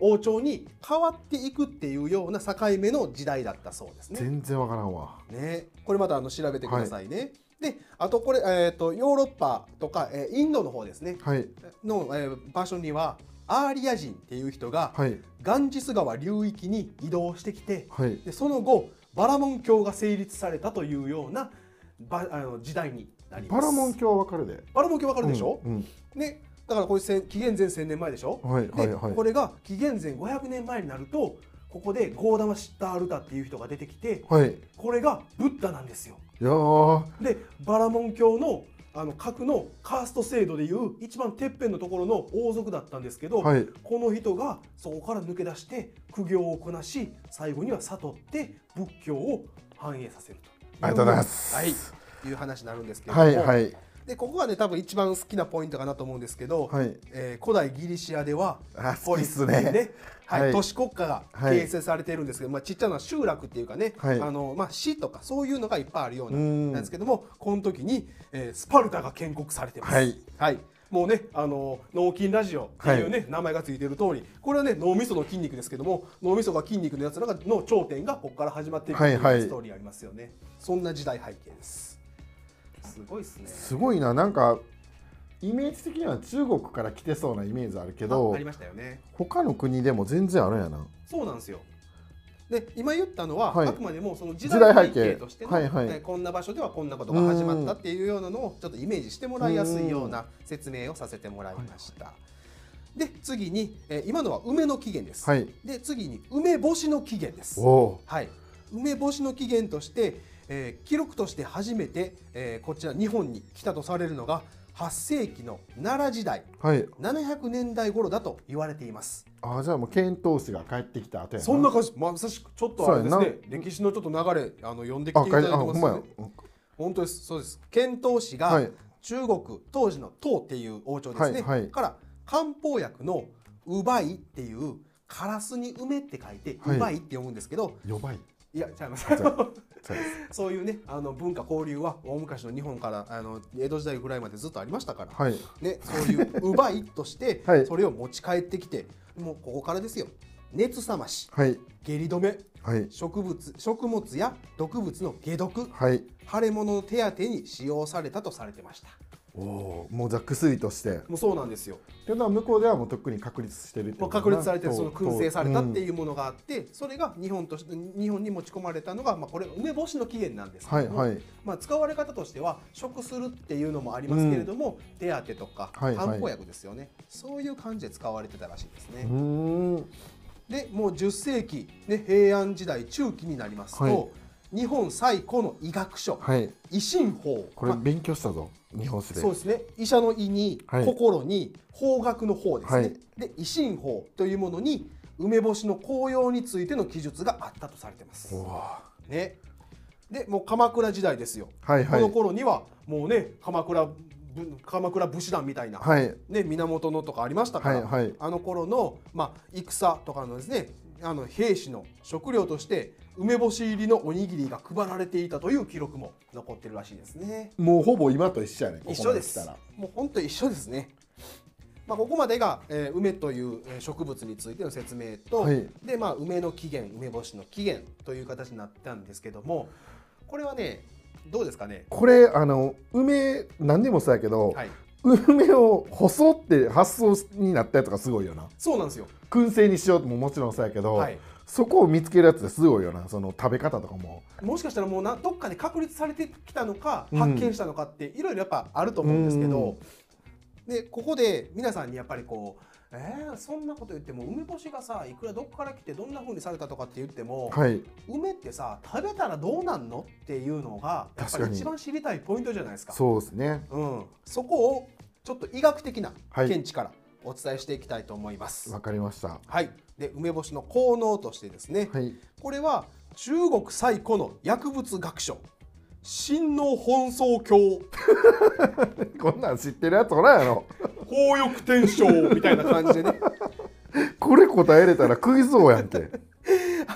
[SPEAKER 1] 王朝に変わっていくっていうような境目の時代だったそうですね。
[SPEAKER 2] 全然わからんわ
[SPEAKER 1] ねこれまたあの調べてくださいね。であとこれ、えー、とヨーロッパとか、えーインドの方ですね
[SPEAKER 2] はい
[SPEAKER 1] の、えー場所にはアーリア人っていう人が
[SPEAKER 2] はい
[SPEAKER 1] ガンジス川流域に移動してきて
[SPEAKER 2] はい
[SPEAKER 1] でその後バラモン教が成立されたというようなばあの時代になりま
[SPEAKER 2] バ
[SPEAKER 1] す。
[SPEAKER 2] ラモン教はわかるで
[SPEAKER 1] バラモン教わかるでしょ、
[SPEAKER 2] うんうん
[SPEAKER 1] ね、だからこれせ紀元前1000年前でしょ、
[SPEAKER 2] はいはい
[SPEAKER 1] で
[SPEAKER 2] はい
[SPEAKER 1] これが紀元前500年前になるとここでゴーダマ・シッタールタっていう人が出てきて
[SPEAKER 2] はいい
[SPEAKER 1] これがブッダなんですよ
[SPEAKER 2] やー
[SPEAKER 1] でバラモン教のあの核のカースト制度でいう一番てっぺんのところの王族だったんですけど、
[SPEAKER 2] はい
[SPEAKER 1] この人がそこから抜け出して苦行をこなし最後には悟って仏教を繁栄させると
[SPEAKER 2] ありがとうございます
[SPEAKER 1] はい、いう話になるんですけれども、
[SPEAKER 2] はいはい
[SPEAKER 1] でここがね多分一番好きなポイントかなと思うんですけど、
[SPEAKER 2] はい
[SPEAKER 1] えー古代ギリシアでは
[SPEAKER 2] あ
[SPEAKER 1] ポ
[SPEAKER 2] 好き
[SPEAKER 1] リ
[SPEAKER 2] っ
[SPEAKER 1] ス
[SPEAKER 2] す
[SPEAKER 1] って
[SPEAKER 2] ね
[SPEAKER 1] いうね、はい
[SPEAKER 2] はい
[SPEAKER 1] 都市国家が形成されているんですけど、まあ、ちっちゃな集落っていうかね、
[SPEAKER 2] はい
[SPEAKER 1] あのまあ、市とかそういうのがいっぱいあるような
[SPEAKER 2] うん
[SPEAKER 1] なんですけどもこの時に、えースパルタが建国されてます。
[SPEAKER 2] はい
[SPEAKER 1] もうね、あの脳筋ラジオっていうね、名前がついている通りこれはね脳みその筋肉ですけども脳みそが筋肉のやつらがの頂点がここから始まっていくっていう
[SPEAKER 2] はいはい
[SPEAKER 1] ストーリーありますよね、そんな時代背景ですすごいですね
[SPEAKER 2] すごいななんかイメージ的には中国から来てそうなイメージあるけ
[SPEAKER 1] あ
[SPEAKER 2] ど
[SPEAKER 1] ありましたよね
[SPEAKER 2] 他の国でも全然あるんやな
[SPEAKER 1] そうなんですよで今言ったのは、
[SPEAKER 2] はい
[SPEAKER 1] あくまでもその時
[SPEAKER 2] 時代
[SPEAKER 1] 代
[SPEAKER 2] 背
[SPEAKER 1] 背
[SPEAKER 2] 景
[SPEAKER 1] 景としての、
[SPEAKER 2] はいはい
[SPEAKER 1] ねこんな場所ではこんなことが始まったっていうようなのをちょっとイメージしてもらいやすいような説明をさせてもらいました、で次に、えー今のは梅の起源です、
[SPEAKER 2] はい
[SPEAKER 1] で次に梅干しの起源です
[SPEAKER 2] おお
[SPEAKER 1] はい、梅干しの起源として、えー記録として初めて、えーこちら日本に来たとされるのが8世紀の奈良時代
[SPEAKER 2] はい
[SPEAKER 1] 700年代頃だと言われています
[SPEAKER 2] あじゃあもう遣唐使が帰ってきた後や
[SPEAKER 1] そんな感じ、まさしくちょっとあれですね、歴史のちょっと流れ、あの読んでき
[SPEAKER 2] あ
[SPEAKER 1] ていた
[SPEAKER 2] 帰
[SPEAKER 1] だい
[SPEAKER 2] ってあほ
[SPEAKER 1] ます
[SPEAKER 2] んまや
[SPEAKER 1] ね。本当です、そうです。遣唐使
[SPEAKER 2] は
[SPEAKER 1] が
[SPEAKER 2] い
[SPEAKER 1] 中国当時の唐っていう王朝ですね。
[SPEAKER 2] はいはい
[SPEAKER 1] から漢方薬のうばいっていうカラスに梅って書いて
[SPEAKER 2] はいう
[SPEAKER 1] ばいって読むんですけど、
[SPEAKER 2] やばい
[SPEAKER 1] いや、ちゃいます。
[SPEAKER 2] そうです
[SPEAKER 1] そういうね、あの文化交流は大昔の日本からあの江戸時代ぐらいまでずっとありましたから。
[SPEAKER 2] はい
[SPEAKER 1] ね、そういう奪いとして
[SPEAKER 2] <laughs> はい
[SPEAKER 1] それを持ち帰ってきて、もうここからですよ熱冷まし
[SPEAKER 2] はい
[SPEAKER 1] 下痢止め
[SPEAKER 2] はい
[SPEAKER 1] 植物食物や毒物の解毒
[SPEAKER 2] はい
[SPEAKER 1] 腫れ物の手当てに使用されたとされてました
[SPEAKER 2] おおもうじゃあ薬として
[SPEAKER 1] もうそうなんですよ
[SPEAKER 2] けど向こうではもうとっくに確立してるって
[SPEAKER 1] も
[SPEAKER 2] こ
[SPEAKER 1] う
[SPEAKER 2] と
[SPEAKER 1] 確
[SPEAKER 2] だな
[SPEAKER 1] 立されてその
[SPEAKER 2] と
[SPEAKER 1] 燻製されたって
[SPEAKER 2] うん
[SPEAKER 1] いうものがあってそれが日本として日本に持ち込まれたのが、まあ、これ梅干しの起源なんですけ
[SPEAKER 2] はい
[SPEAKER 1] ども、
[SPEAKER 2] はい
[SPEAKER 1] まあ、使われ方としては食するっていうのもありますけれども、手当てとか
[SPEAKER 2] はい
[SPEAKER 1] 漢
[SPEAKER 2] はい
[SPEAKER 1] 方薬ですよね、そういう感じで使われてたらしいですね。
[SPEAKER 2] うーん
[SPEAKER 1] でもう10世紀、ね、平安時代中期になりますと、
[SPEAKER 2] はい
[SPEAKER 1] 日本最古の医学書、
[SPEAKER 2] はい
[SPEAKER 1] 維新法
[SPEAKER 2] これ
[SPEAKER 1] まあ
[SPEAKER 2] 勉強したぞ日本史で
[SPEAKER 1] そうですね医者の医に、
[SPEAKER 2] はい
[SPEAKER 1] 心に法学の法ですね、
[SPEAKER 2] はい
[SPEAKER 1] で維新法というものに梅干しの紅葉についての記述があったとされてます
[SPEAKER 2] お。おは
[SPEAKER 1] ね、でもう鎌倉時代ですよ、
[SPEAKER 2] いは
[SPEAKER 1] この
[SPEAKER 2] い
[SPEAKER 1] 頃にはもうね鎌倉ぶ鎌倉武士団みたいな、
[SPEAKER 2] はい
[SPEAKER 1] ね、源のとかありましたから、
[SPEAKER 2] はいはい
[SPEAKER 1] あの頃のまあ、戦とかのですねあの兵士の食料として梅干し入りのおにぎりが配られていたという記録も残ってるらしいですね。
[SPEAKER 2] もうほぼ今と一緒やねここま
[SPEAKER 1] 一緒で
[SPEAKER 2] 来た
[SPEAKER 1] す
[SPEAKER 2] ら。
[SPEAKER 1] もう本当一緒ですね。まあ、ここまでが、えー梅というえー植物についての説明と、
[SPEAKER 2] はい
[SPEAKER 1] でまあ、梅の起源梅干しの起源という形になったんですけどもこれはねどうですかね、
[SPEAKER 2] これあの梅何でもそうやけど、
[SPEAKER 1] はい、
[SPEAKER 2] 梅を細って発想になったやつがすごいよな
[SPEAKER 1] そうなんですよ、
[SPEAKER 2] 燻製にしようももちろんそうやけど、
[SPEAKER 1] はい、
[SPEAKER 2] そこを見つけるやつってすごいよなその食べ方とかも
[SPEAKER 1] もしかしたらもうなどっかで確立されてきたのか
[SPEAKER 2] うん
[SPEAKER 1] 発見したのかっていろいろやっぱあると思うんですけど、でここで皆さんにやっぱりこう「えー、そんなこと言っても梅干しがさいくらどっから来てどんな風にされたとかって言っても、
[SPEAKER 2] はい
[SPEAKER 1] 梅ってさ食べたらどうなんのっていうのがやっぱ
[SPEAKER 2] 確か
[SPEAKER 1] り
[SPEAKER 2] に
[SPEAKER 1] 一番知りたいポイントじゃないですか。
[SPEAKER 2] そうですね
[SPEAKER 1] うん、そこをちょっと医学的な
[SPEAKER 2] はい
[SPEAKER 1] 見地からお伝えしていきたいと思います。
[SPEAKER 2] わかりました。
[SPEAKER 1] はい、で梅干しの効能としてですね、
[SPEAKER 2] はい。
[SPEAKER 1] これは中国最古の薬物学書「神農本草経
[SPEAKER 2] <laughs> こんなん知ってるやつおらんやろ。
[SPEAKER 1] 法欲転生」みたいな感じでね
[SPEAKER 2] これ答えれたらクイズ王やんけ。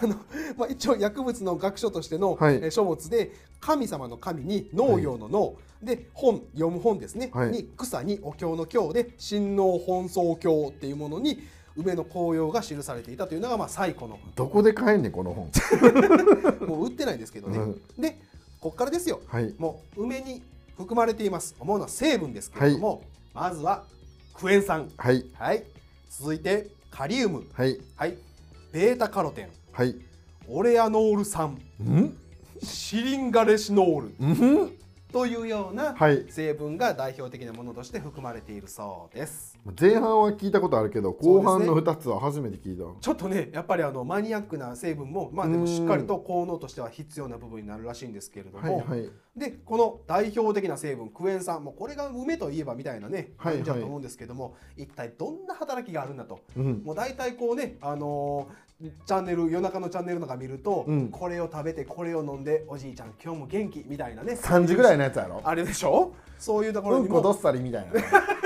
[SPEAKER 1] あの、まあ、一応薬物の学書としての、
[SPEAKER 2] はい
[SPEAKER 1] えー書物で神様の神に農業の農、で本読む本ですね、
[SPEAKER 2] はい
[SPEAKER 1] に草にお経の経で神農本草経っていうものに梅の紅葉が記されていたというのが、まあ、最
[SPEAKER 2] <laughs>
[SPEAKER 1] 古の
[SPEAKER 2] どこで買えんねんこの本。
[SPEAKER 1] もう売ってないんですけどね、
[SPEAKER 2] うん
[SPEAKER 1] でこっからですよ
[SPEAKER 2] はい。
[SPEAKER 1] もう梅に含まれています主な成分ですけれども、まずはクエン酸
[SPEAKER 2] はい。
[SPEAKER 1] はい続いてカリウム
[SPEAKER 2] はい。
[SPEAKER 1] はいベータカロテン
[SPEAKER 2] はい。
[SPEAKER 1] オレアノール酸
[SPEAKER 2] うん？
[SPEAKER 1] シリンガレシノール
[SPEAKER 2] うん？
[SPEAKER 1] というような
[SPEAKER 2] はい。
[SPEAKER 1] 成分が代表的なものとして含まれているそうです
[SPEAKER 2] 前半は聞いたことあるけど、後半の
[SPEAKER 1] そう
[SPEAKER 2] 二つは初めて聞いた。
[SPEAKER 1] ちょっとねやっぱりあのマニアックな成分もまあで
[SPEAKER 2] う
[SPEAKER 1] も
[SPEAKER 2] ん
[SPEAKER 1] しっかりと効能としては必要な部分になるらしいんですけれど
[SPEAKER 2] はい
[SPEAKER 1] も、
[SPEAKER 2] はい。
[SPEAKER 1] でこの代表的な成分クエン酸もうこれが梅といえばみたいなね
[SPEAKER 2] はい
[SPEAKER 1] 感じだ
[SPEAKER 2] はい
[SPEAKER 1] と思うんですけども、一体どんな働きがあるんだと
[SPEAKER 2] うん。
[SPEAKER 1] もう大体こうね、あのーチャンネル夜中のチャンネルとか見ると、
[SPEAKER 2] うん
[SPEAKER 1] これを食べてこれを飲んでおじいちゃん今日も元気みたいなね
[SPEAKER 2] 三時ぐらいのやつやろ。
[SPEAKER 1] あれでしょそういうところ
[SPEAKER 2] う
[SPEAKER 1] に
[SPEAKER 2] ん
[SPEAKER 1] も,、
[SPEAKER 2] こどっさりみ <laughs> たいな。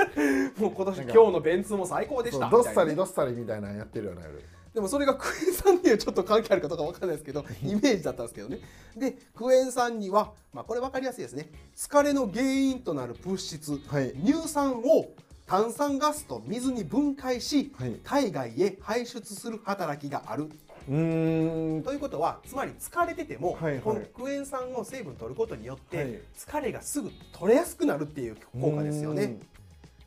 [SPEAKER 1] もう今年今
[SPEAKER 2] なんか
[SPEAKER 1] 日の便通も最高でし
[SPEAKER 2] そ
[SPEAKER 1] た
[SPEAKER 2] うどっさ
[SPEAKER 1] みたいなね
[SPEAKER 2] りどっさりみたいなのやってるよね。
[SPEAKER 1] でもそれがクエン酸にはちょっと関係あるかどうかわかんないですけ <laughs> どイメージだったんですけどねでクエン酸には、まあ、これ分かりやすいですね疲れの原因となる物質、
[SPEAKER 2] はい
[SPEAKER 1] 乳酸を炭酸ガスと水に分解し、
[SPEAKER 2] はい
[SPEAKER 1] 海外へ排出する働きがある
[SPEAKER 2] うーん。
[SPEAKER 1] ということはつまり疲れてても、
[SPEAKER 2] はいはい
[SPEAKER 1] このクエン酸を成分取ることによっ
[SPEAKER 2] はい
[SPEAKER 1] て疲れがすぐ取れやすくなるっていう効果ですよね。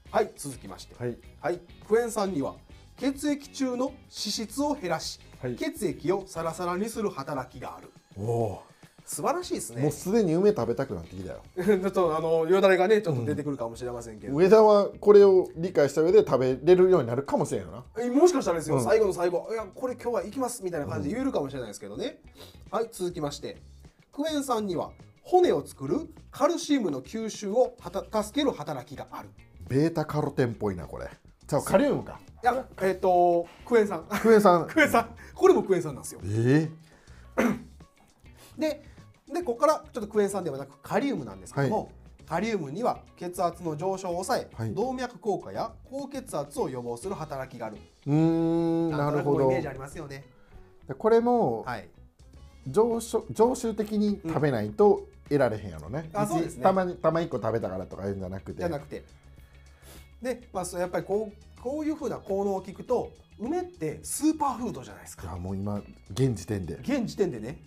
[SPEAKER 1] はい続きまして、
[SPEAKER 2] はい。
[SPEAKER 1] はい、クエン酸には血液中の脂質を減らし、
[SPEAKER 2] はい
[SPEAKER 1] 血液をサラサラにする働きがある
[SPEAKER 2] おお
[SPEAKER 1] 素晴らしいです
[SPEAKER 2] ー。も
[SPEAKER 1] ね
[SPEAKER 2] うすでに梅食べたくなってきたよ。
[SPEAKER 1] <laughs> ちょっとあのよだれがねちょっと出てくるかもしれませんけど、
[SPEAKER 2] 上田はこれを理解した上で食べれるようになるかもしれんよな。
[SPEAKER 1] えもしかしたらですよ、
[SPEAKER 2] うん
[SPEAKER 1] 最後の最後いやこれ今日は行きますみたいな感じで言えるかもしれないですけどね、はい続きましてクエン酸には骨を作るカルシウムの吸収をはた助ける働きがある
[SPEAKER 2] ベータカロテンっぽいなこれ。じゃあカリウムか。
[SPEAKER 1] いやえっ、とクエン酸 <laughs>
[SPEAKER 2] クエン酸。
[SPEAKER 1] クエン酸これもクエン酸なんですよ
[SPEAKER 2] ええ
[SPEAKER 1] ででここからちょっとクエン酸ではなくカリウムなんですけども、
[SPEAKER 2] は
[SPEAKER 1] カリウムには血圧の上昇を抑え、
[SPEAKER 2] はい
[SPEAKER 1] 動脈硬化や高血圧を予防する働きがある
[SPEAKER 2] うーん
[SPEAKER 1] んと
[SPEAKER 2] な
[SPEAKER 1] く
[SPEAKER 2] るほ
[SPEAKER 1] こう
[SPEAKER 2] ど
[SPEAKER 1] イメージありますよね
[SPEAKER 2] これも
[SPEAKER 1] はい
[SPEAKER 2] 常習常習的に食べないと得られへんやろね,一、
[SPEAKER 1] あそうですね
[SPEAKER 2] たまにたま1個食べたからとか言うんじゃなくて
[SPEAKER 1] じゃなくてで、まあ、そうやっぱりこうこういうふうな効能を聞くと梅ってスーパーフードじゃないです
[SPEAKER 2] い
[SPEAKER 1] か
[SPEAKER 2] やもう今現時点で
[SPEAKER 1] 現時点でね、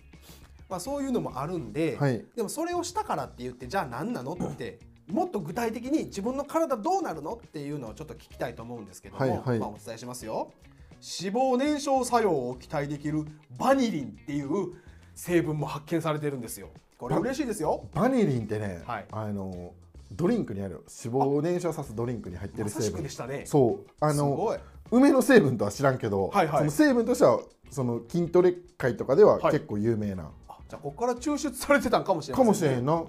[SPEAKER 1] まあ、そういうのもあるんで、
[SPEAKER 2] はい
[SPEAKER 1] でもそれをしたからって言ってじゃあ何なのってもっと具体的に自分の体どうなるのっていうのをちょっと聞きたいと思うんですけども、
[SPEAKER 2] はいはい
[SPEAKER 1] まあ、お伝えしますよ脂肪燃焼作用を期待できるバニリンっていう成分も発見されてるんですよこれ嬉しいですよ
[SPEAKER 2] バニリンってね、
[SPEAKER 1] はい
[SPEAKER 2] あのドリンクにあるよ脂肪を燃焼さすドリンクに入って
[SPEAKER 1] ま
[SPEAKER 2] る
[SPEAKER 1] さ
[SPEAKER 2] 成
[SPEAKER 1] しく
[SPEAKER 2] 分
[SPEAKER 1] でしたね
[SPEAKER 2] そうあ
[SPEAKER 1] す
[SPEAKER 2] の
[SPEAKER 1] ごい
[SPEAKER 2] 梅の成分とは知らんけど、
[SPEAKER 1] はいはい
[SPEAKER 2] その成分としてはその筋トレ界とかでは
[SPEAKER 1] はい
[SPEAKER 2] 結構有名な、
[SPEAKER 1] あじゃあここから抽出されてたんかもしれない、
[SPEAKER 2] かもしれへんな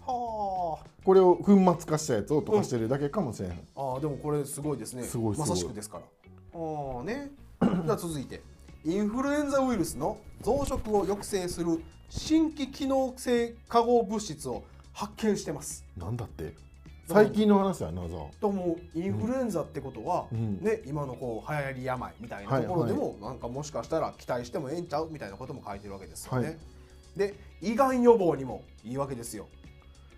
[SPEAKER 1] はあ
[SPEAKER 2] これを粉末化したやつを溶かしてるだけかもしれへん、
[SPEAKER 1] あーでもこれすごいですね
[SPEAKER 2] すごいすごい
[SPEAKER 1] まさしくですからああね <coughs> じゃあ続いてインフルエンザウイルスの増殖を抑制する新規機能性化合物質を発見してます
[SPEAKER 2] なんだって最近の話や謎
[SPEAKER 1] ともインフルエンザってことは、
[SPEAKER 2] うん
[SPEAKER 1] ね今のこう流行り病みたいなところでも、なんかもしかしたら期待してもええんちゃうみたいなことも書いてるわけですよね、
[SPEAKER 2] はい
[SPEAKER 1] で胃がん予防にもいいわけですよ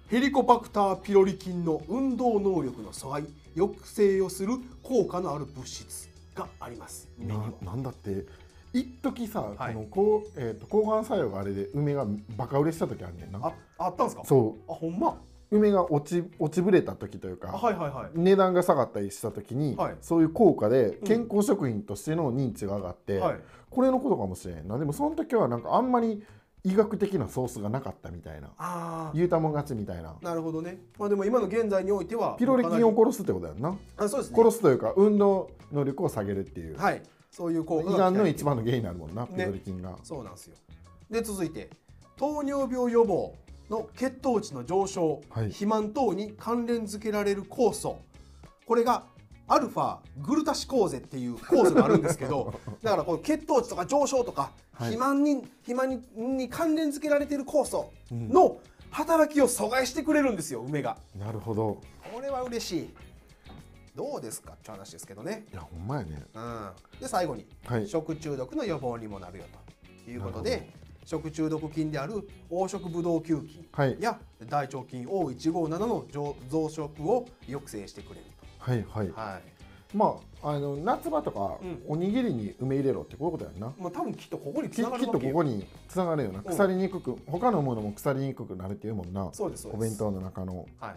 [SPEAKER 1] ヘリコバクターピロリ菌の運動能力の阻害抑制をする効果のある物質があります
[SPEAKER 2] な
[SPEAKER 1] 梅には
[SPEAKER 2] なんだって一時さ、
[SPEAKER 1] はい
[SPEAKER 2] この抗えー、と抗がん作用があれで梅がバカ売れした時あんねんな
[SPEAKER 1] ああったんですか
[SPEAKER 2] そ
[SPEAKER 1] あほんま
[SPEAKER 2] う梅が落ち落ちぶれた時というか、
[SPEAKER 1] あはいはいはい
[SPEAKER 2] 値段が下がったりした時に、
[SPEAKER 1] はい
[SPEAKER 2] そういう効果で
[SPEAKER 1] うん
[SPEAKER 2] 健康食品としての認知が上がって、
[SPEAKER 1] はい
[SPEAKER 2] これのことかもしれんなでもその時はなんかあんまり医学的なソースがなかったみたいな
[SPEAKER 1] あ
[SPEAKER 2] 言うたもん勝ちみたいな
[SPEAKER 1] あなるほどねまあでも今の現在においては
[SPEAKER 2] ピロリ菌を
[SPEAKER 1] か
[SPEAKER 2] 殺すってことやんな
[SPEAKER 1] なりあそうですね
[SPEAKER 2] 殺すというか運動能力を下げるっていう、
[SPEAKER 1] はいそういう効果
[SPEAKER 2] 胃がんの
[SPEAKER 1] 期待できる
[SPEAKER 2] 一番の原因になるもんな
[SPEAKER 1] ね
[SPEAKER 2] ピロリ菌が、
[SPEAKER 1] そうなんですよ。で続いて糖尿病予防の血糖値の上昇、
[SPEAKER 2] はい
[SPEAKER 1] 肥満等に関連付けられる酵素これがアルファグルタシ構図っていう構図があるんですけ
[SPEAKER 2] <laughs>
[SPEAKER 1] どだからこう血糖値とか上昇とか、
[SPEAKER 2] はい
[SPEAKER 1] 肥満に肥満にに関連付けられている酵素の働きを阻害してくれるんですよ梅が
[SPEAKER 2] なるほど
[SPEAKER 1] これは嬉しいどうですかって話ですけどね
[SPEAKER 2] いやほんまやね
[SPEAKER 1] うん、で最後に、
[SPEAKER 2] はい
[SPEAKER 1] 食中毒の予防にもなるよということ
[SPEAKER 2] なる
[SPEAKER 1] で食中毒菌である黄色ブドウ球菌
[SPEAKER 2] はい
[SPEAKER 1] や大腸菌 O157 の増増殖を抑制してくれる
[SPEAKER 2] はいはい
[SPEAKER 1] と、は
[SPEAKER 2] まああの夏場とか、
[SPEAKER 1] うん、
[SPEAKER 2] おにぎりに梅入れろってこういうことやんない
[SPEAKER 1] まあ、多分きっとここに
[SPEAKER 2] き
[SPEAKER 1] つ
[SPEAKER 2] きっ
[SPEAKER 1] ながるわ
[SPEAKER 2] と
[SPEAKER 1] け
[SPEAKER 2] こ
[SPEAKER 1] よ
[SPEAKER 2] こにつながるよな
[SPEAKER 1] うん
[SPEAKER 2] 腐りにくく他のものも腐りにくくなるっていうもんな
[SPEAKER 1] そうですそう
[SPEAKER 2] お
[SPEAKER 1] で
[SPEAKER 2] 弁
[SPEAKER 1] す
[SPEAKER 2] 当の中の
[SPEAKER 1] はい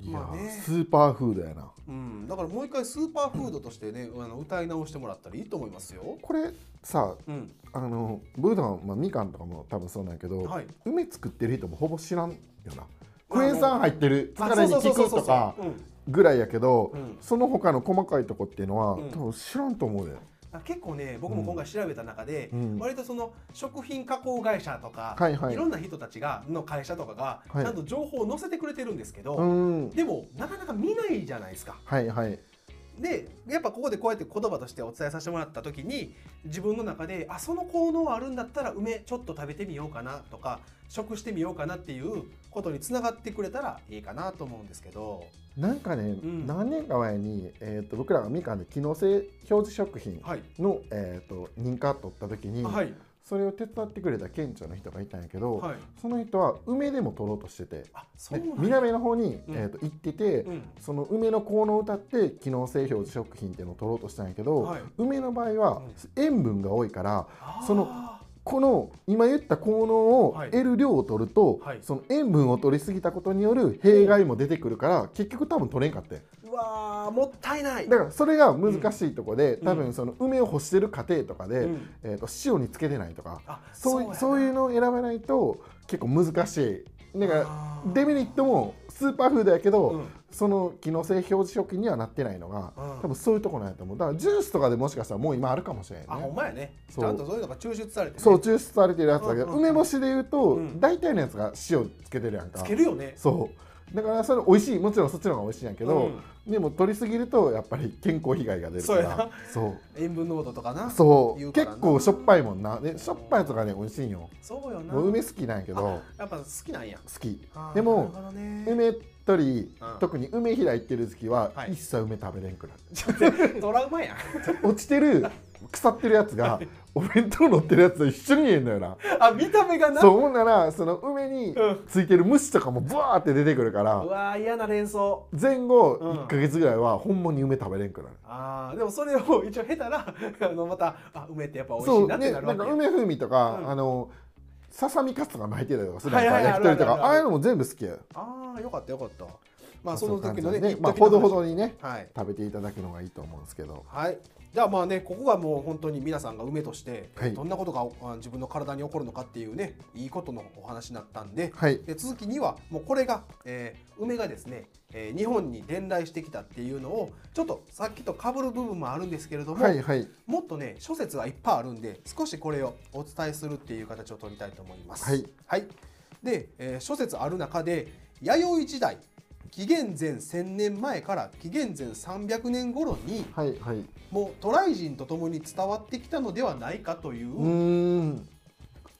[SPEAKER 2] いやー、
[SPEAKER 1] まあね
[SPEAKER 2] スーパーフードやな
[SPEAKER 1] うん、だからもう一回スーパーフードとしてね、あの歌い直してもらったらいいと思いますよ。
[SPEAKER 2] これさ
[SPEAKER 1] うん、
[SPEAKER 2] あのブドウ、まあ、みかんとかも多分そうなんやけど、
[SPEAKER 1] はい
[SPEAKER 2] 梅作ってる人もほぼ知らんよな
[SPEAKER 1] まあ
[SPEAKER 2] クエン酸入ってる疲れに効くとか
[SPEAKER 1] うん
[SPEAKER 2] ぐらいやけど、
[SPEAKER 1] うん
[SPEAKER 2] その他の細かいとこっていうのは、
[SPEAKER 1] うん
[SPEAKER 2] 多分知らんと思うよ
[SPEAKER 1] あ結構ね僕も今回調べた中で、
[SPEAKER 2] うん
[SPEAKER 1] 割とその食品加工会社とか、
[SPEAKER 2] はいはい
[SPEAKER 1] ろんな人たちがの会社とかが
[SPEAKER 2] はい
[SPEAKER 1] ちゃんと情報を載せてくれてるんですけど、
[SPEAKER 2] うん
[SPEAKER 1] でもなかなか見ないじゃないですか。
[SPEAKER 2] はいはい
[SPEAKER 1] でやっぱここでこうやって言葉としてお伝えさせてもらった時に自分の中であその効能あるんだったら梅ちょっと食べてみようかなとか食してみようかなっていうことにつながってくれたらいいかなと思うんですけど
[SPEAKER 2] なんかね、
[SPEAKER 1] ん
[SPEAKER 2] 何年か前に、えー、と僕らがみかんで機能性表示食品
[SPEAKER 1] はい、
[SPEAKER 2] の、えー、と認可取った時に、
[SPEAKER 1] はい
[SPEAKER 2] それを手伝ってくれた県庁の人がいたんやけど、
[SPEAKER 1] はい
[SPEAKER 2] その人は梅でも取ろうとしてて
[SPEAKER 1] あそう
[SPEAKER 2] で
[SPEAKER 1] なんだ
[SPEAKER 2] 南の方に、
[SPEAKER 1] うん
[SPEAKER 2] えー、と行ってて、
[SPEAKER 1] うん
[SPEAKER 2] その梅の効能を歌って機能性表示食品っていうのを取ろうとしたんやけど、
[SPEAKER 1] はい
[SPEAKER 2] 梅の場合は塩分が多いからその
[SPEAKER 1] あ
[SPEAKER 2] この今言った効能を
[SPEAKER 1] はい
[SPEAKER 2] 得る量を取ると、
[SPEAKER 1] はい
[SPEAKER 2] その塩分を取りすぎたことによる弊害も出てくるから結局多分取れんかってん
[SPEAKER 1] ーうわーもったいない
[SPEAKER 2] だからそれが難しいとこで、
[SPEAKER 1] うん
[SPEAKER 2] 多分その梅を干してる過程とかで、
[SPEAKER 1] うん
[SPEAKER 2] えー、と塩につけてないとか
[SPEAKER 1] あ
[SPEAKER 2] そうい
[SPEAKER 1] や
[SPEAKER 2] う
[SPEAKER 1] な
[SPEAKER 2] そういうのを選ばないと結構難しいだから
[SPEAKER 1] あー
[SPEAKER 2] デメリットもスーパーフードやけど、
[SPEAKER 1] うん
[SPEAKER 2] その機能性表示食品にはなってないのが、
[SPEAKER 1] うん
[SPEAKER 2] 多分そういうところなんやと思うだからジュースとかでもしかしたらもう今あるかもしれない
[SPEAKER 1] あほん
[SPEAKER 2] ね
[SPEAKER 1] まやねち
[SPEAKER 2] そう
[SPEAKER 1] ゃんとそういうのが抽出されてね、
[SPEAKER 2] そう抽出されてるやつだけど、
[SPEAKER 1] うんうんうん
[SPEAKER 2] 梅干しで言うと、
[SPEAKER 1] うん
[SPEAKER 2] 大体のやつが塩つけてるやんか
[SPEAKER 1] つけるよね
[SPEAKER 2] そうだからそれ美味しいもちろんそっちの方が美味しいんやけど、でも取りすぎるとやっぱり健康被害が出るか
[SPEAKER 1] そうや
[SPEAKER 2] ら
[SPEAKER 1] な
[SPEAKER 2] そう
[SPEAKER 1] 塩分濃度とかなう
[SPEAKER 2] そう
[SPEAKER 1] 言からな
[SPEAKER 2] 結構しょっぱいもんなでしょっぱいやつがね美味しいんよ
[SPEAKER 1] そうよな
[SPEAKER 2] もう梅好きなんやけど
[SPEAKER 1] やっぱ好きなんや
[SPEAKER 2] 好き
[SPEAKER 1] あー
[SPEAKER 2] でも
[SPEAKER 1] なるほどね
[SPEAKER 2] 梅取
[SPEAKER 1] う
[SPEAKER 2] り、
[SPEAKER 1] ん
[SPEAKER 2] 特に梅開いてる時期は、
[SPEAKER 1] はい
[SPEAKER 2] 一切梅食べれんくなる
[SPEAKER 1] トラウマやん
[SPEAKER 2] 落ちてる腐ってるやつがお弁当乗ってるやつと一緒に見えんだよな
[SPEAKER 1] あ見た目がな
[SPEAKER 2] そう
[SPEAKER 1] う
[SPEAKER 2] ほんならその梅に
[SPEAKER 1] うん
[SPEAKER 2] ついてる虫とかもブワーって出てくるから
[SPEAKER 1] わー嫌な連想
[SPEAKER 2] 前後
[SPEAKER 1] うん
[SPEAKER 2] 1か月ぐらいはほんまに梅食べれんくなる、
[SPEAKER 1] あーでもそれを一応下手なあのまたあ梅ってやっぱ美味し
[SPEAKER 2] そ
[SPEAKER 1] いうなって
[SPEAKER 2] ね
[SPEAKER 1] なる
[SPEAKER 2] な
[SPEAKER 1] わ
[SPEAKER 2] ん
[SPEAKER 1] け
[SPEAKER 2] か
[SPEAKER 1] や
[SPEAKER 2] 梅風味とか、
[SPEAKER 1] うん
[SPEAKER 2] あのささみカツとか巻いてたりとかするやん
[SPEAKER 1] は
[SPEAKER 2] か
[SPEAKER 1] いはいは
[SPEAKER 2] 焼
[SPEAKER 1] い
[SPEAKER 2] き鳥と
[SPEAKER 1] あるあるあ
[SPEAKER 2] か
[SPEAKER 1] る
[SPEAKER 2] ああいうのも全部好きや
[SPEAKER 1] ああよかったよかったまあその時のね
[SPEAKER 2] そういう感じなんでまあ、
[SPEAKER 1] 一時の話
[SPEAKER 2] ほどほどにね
[SPEAKER 1] はい
[SPEAKER 2] 食べていただくのがいいと思うんですけど
[SPEAKER 1] はいじゃあまあねここがもう本当に皆さんが梅として、
[SPEAKER 2] はい
[SPEAKER 1] どんなことがあ自分の体に起こるのかっていうねいいことのお話になったんで、
[SPEAKER 2] はい
[SPEAKER 1] で続きにはもうこれが、えー梅がですね、えー日本に伝来してきたっていうのをちょっとさっきと被る部分もあるんですけれども、
[SPEAKER 2] はいはい
[SPEAKER 1] もっとね諸説がいっぱいあるんで少しこれをお伝えするっていう形を取りたいと思います。
[SPEAKER 2] はい
[SPEAKER 1] で、えー諸説ある中で弥生時代紀元前1000年前から紀元前300年頃に
[SPEAKER 2] はいはいはい
[SPEAKER 1] もう渡来人と共に伝わってきたのではないかという
[SPEAKER 2] ー
[SPEAKER 1] うん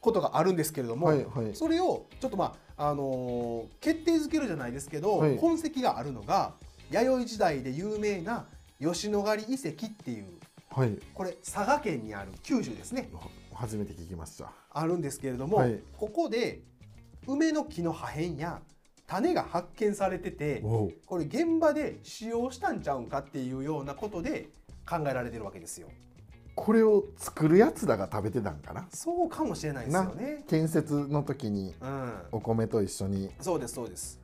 [SPEAKER 1] ことがあるんですけれども、
[SPEAKER 2] はいはい
[SPEAKER 1] それをちょっとまあ、あのー決定づけるじゃないですけど、
[SPEAKER 2] はい
[SPEAKER 1] 痕跡があるのが弥生時代で有名な吉野ヶ里遺跡っていう
[SPEAKER 2] はい
[SPEAKER 1] これ佐賀県にある九州ですね
[SPEAKER 2] 初めて聞きました
[SPEAKER 1] あるんですけれども、
[SPEAKER 2] はい
[SPEAKER 1] ここで梅の木の破片や種が発見されてて
[SPEAKER 2] おう
[SPEAKER 1] これ現場で使用したんちゃうんかっていうようなことで考えられてるわけですよ。
[SPEAKER 2] これを作るやつらが食べてたんかな
[SPEAKER 1] そうかもしれないですよね。
[SPEAKER 2] 建設の時に
[SPEAKER 1] うん、
[SPEAKER 2] お米と一緒に
[SPEAKER 1] そうですそうです。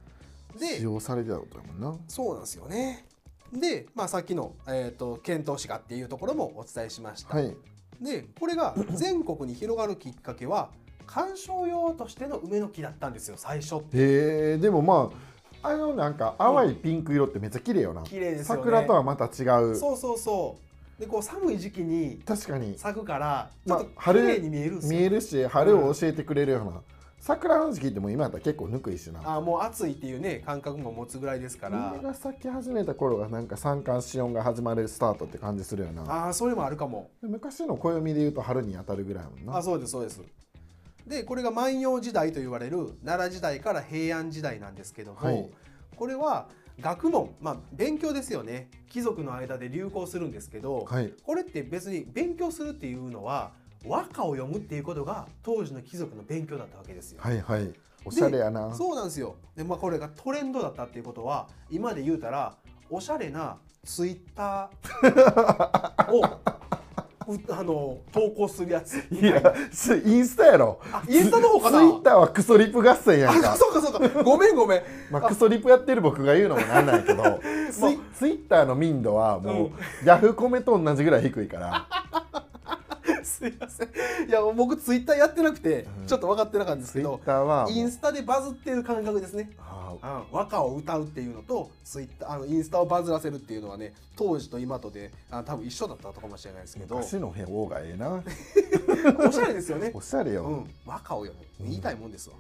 [SPEAKER 2] 使
[SPEAKER 1] で、
[SPEAKER 2] 用されてたことやもんな
[SPEAKER 1] そうなんですよね。で、まあさっきのえっ、と遣唐使がっていうところもお伝えしました。
[SPEAKER 2] はい
[SPEAKER 1] で、これ
[SPEAKER 2] <clears throat>
[SPEAKER 1] が全国に広がるきっかけは観賞用としての梅の木だったんですよ。最初って。
[SPEAKER 2] へえでもまああのなんか淡いピンク色ってめっちゃ綺麗よな、
[SPEAKER 1] 綺麗ですよね。
[SPEAKER 2] 桜とはまた違う
[SPEAKER 1] そうそうそう。でこう寒い時期に
[SPEAKER 2] 確かに
[SPEAKER 1] 咲くからち
[SPEAKER 2] ま
[SPEAKER 1] ょ
[SPEAKER 2] あ
[SPEAKER 1] っと綺麗に見えるんです
[SPEAKER 2] 見
[SPEAKER 1] よ。
[SPEAKER 2] えるし春を教えてくれるような、桜の時期ってもう今だったら結構抜く一種なんで
[SPEAKER 1] あーもう暑いっていうね感覚も持つぐらいですから
[SPEAKER 2] 梅が咲き始めた頃がなんか三寒四温が始まるスタートって感じするよな
[SPEAKER 1] ああそれもあるかも
[SPEAKER 2] で昔の暦でいうと春に当たるぐらいやもん
[SPEAKER 1] あ
[SPEAKER 2] な
[SPEAKER 1] そうですそうですでこれが万葉時代と言われる奈良時代から平安時代なんですけども、
[SPEAKER 2] はい
[SPEAKER 1] これは学問まあ勉強ですよね貴族の間で流行するんですけど、
[SPEAKER 2] はい
[SPEAKER 1] これって別に勉強するっていうのは和歌を読むっていうことが当時の貴族の勉強だったわけですよ。
[SPEAKER 2] はいはいおしゃれやな
[SPEAKER 1] でそうなんですよで、まあ、これがトレンドだったっていうことは今で言うたらおしゃれなツイッターをうあの投稿するやつ
[SPEAKER 2] いやすインスタやろ
[SPEAKER 1] あインスタの方かな
[SPEAKER 2] ツイッターはクソリプ合戦やん
[SPEAKER 1] あ
[SPEAKER 2] か
[SPEAKER 1] そうかそうかごめんごめん
[SPEAKER 2] まあ、クソリプやってる僕が言うのもなんないけどツイツイッターの民度はもう、ヤフコメと同じぐらい低いから
[SPEAKER 1] すいませんいや僕ツイッターやってなくて、
[SPEAKER 2] うん
[SPEAKER 1] ちょっと分かってなかったんです
[SPEAKER 2] ツ
[SPEAKER 1] け
[SPEAKER 2] イッ
[SPEAKER 1] ど
[SPEAKER 2] ターはもう
[SPEAKER 1] インスタでバズってる感覚ですね、
[SPEAKER 2] あ
[SPEAKER 1] うん、和歌を歌うっていうのとツイッターあのインスタをバズらせるっていうのはね当時と今とであ多分一緒だったのかもしれないですけど
[SPEAKER 2] 昔の方がええな
[SPEAKER 1] おしゃれですよね
[SPEAKER 2] おしゃれよ、
[SPEAKER 1] うん、和歌を読む言いたいもんですわ、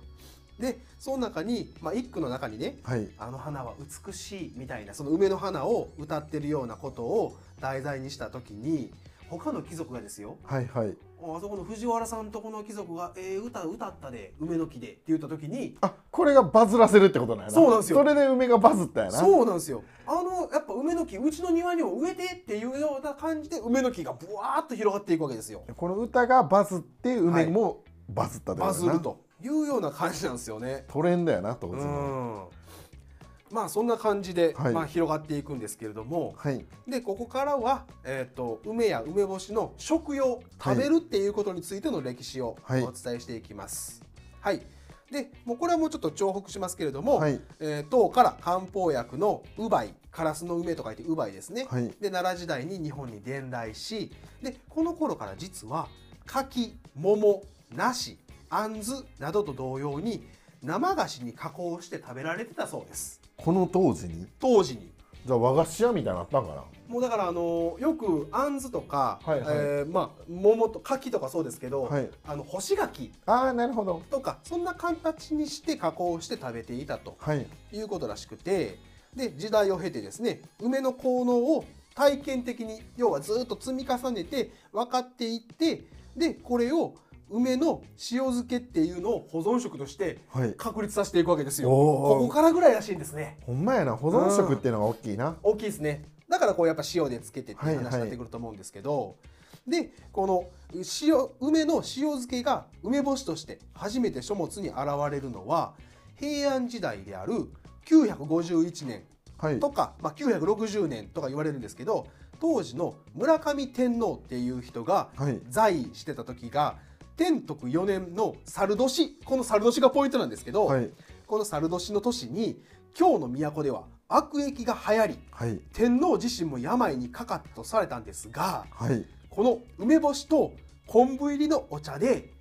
[SPEAKER 1] でその中に、まあ、一句の中にね
[SPEAKER 2] はい
[SPEAKER 1] 「あの花は美しい」みたいなその梅の花を歌ってるようなことを題材にした時に他の貴族がですよ
[SPEAKER 2] はいはい
[SPEAKER 1] あそこの藤原さんとこの貴族が「えー、歌歌ったで梅の木で」って言った時に
[SPEAKER 2] あこれがバズらせるってことなんやな
[SPEAKER 1] そうなんですよ
[SPEAKER 2] それで梅がバズったんやな
[SPEAKER 1] そうなんですよあのやっぱ梅の木うちの庭にも植えてっていうような感じで梅の木がブワーッと広がっていくわけですよ。
[SPEAKER 2] この歌がバズって梅もバズったってこ
[SPEAKER 1] バ
[SPEAKER 2] と
[SPEAKER 1] ズ
[SPEAKER 2] やな
[SPEAKER 1] るというような感じなんですよね。
[SPEAKER 2] トレンドやな当時
[SPEAKER 1] う
[SPEAKER 2] の
[SPEAKER 1] んまあそんな感じで、
[SPEAKER 2] はい
[SPEAKER 1] まあ、広がっていくんですけれども
[SPEAKER 2] はい
[SPEAKER 1] でここからは、えー、と梅や梅干しの食用
[SPEAKER 2] はい
[SPEAKER 1] 食べるっていうことについての歴史をお
[SPEAKER 2] はい
[SPEAKER 1] 伝えしていきます。はい、でもうこれはもうちょっと重複しますけれども、
[SPEAKER 2] はい
[SPEAKER 1] えー唐から漢方薬の烏梅カラスの梅と書いて烏梅ですね、
[SPEAKER 2] はい
[SPEAKER 1] で奈良時代に日本に伝来しでこの頃から実は柿桃梨杏などと同様に生菓子に加工して食べられてたそうです
[SPEAKER 2] この当時に
[SPEAKER 1] 当時に
[SPEAKER 2] じゃあ和菓子屋みたいになったんかな
[SPEAKER 1] もうだからあのよく杏とか、
[SPEAKER 2] はいはい
[SPEAKER 1] えーまあ桃と柿とかそうですけど、
[SPEAKER 2] はい
[SPEAKER 1] あの干し柿
[SPEAKER 2] ああなるほど
[SPEAKER 1] とかそんな形にして加工して食べていたと
[SPEAKER 2] はい
[SPEAKER 1] いうことらしくてで時代を経てですね梅の効能を体験的に要はずっと積み重ねて分かっていってでこれを梅の塩漬けっていうのを保存食として
[SPEAKER 2] はい
[SPEAKER 1] 確立させていくわけですよ。
[SPEAKER 2] おー
[SPEAKER 1] ここからぐらいらしいんですね。
[SPEAKER 2] ほんまやな保存食っていうのが大きいな
[SPEAKER 1] 大きいですねだからこうやっぱ塩でつけてっていう
[SPEAKER 2] はいは
[SPEAKER 1] 話
[SPEAKER 2] い
[SPEAKER 1] になってくると思うんですけど、でこの塩梅の塩漬けが梅干しとして初めて書物に現れるのは平安時代である951年
[SPEAKER 2] はい
[SPEAKER 1] とか、まあ、960年とか言われるんですけど当時の村上天皇っていう人が
[SPEAKER 2] はい
[SPEAKER 1] 在位してた時が天徳4年の猿年この猿年がポイントなんですけど、
[SPEAKER 2] はい
[SPEAKER 1] この猿年の年に京の都では悪疫が流行り
[SPEAKER 2] はい
[SPEAKER 1] 天皇自身も病にかかったとされたんですが
[SPEAKER 2] はい
[SPEAKER 1] この梅干しと昆布入りのお茶で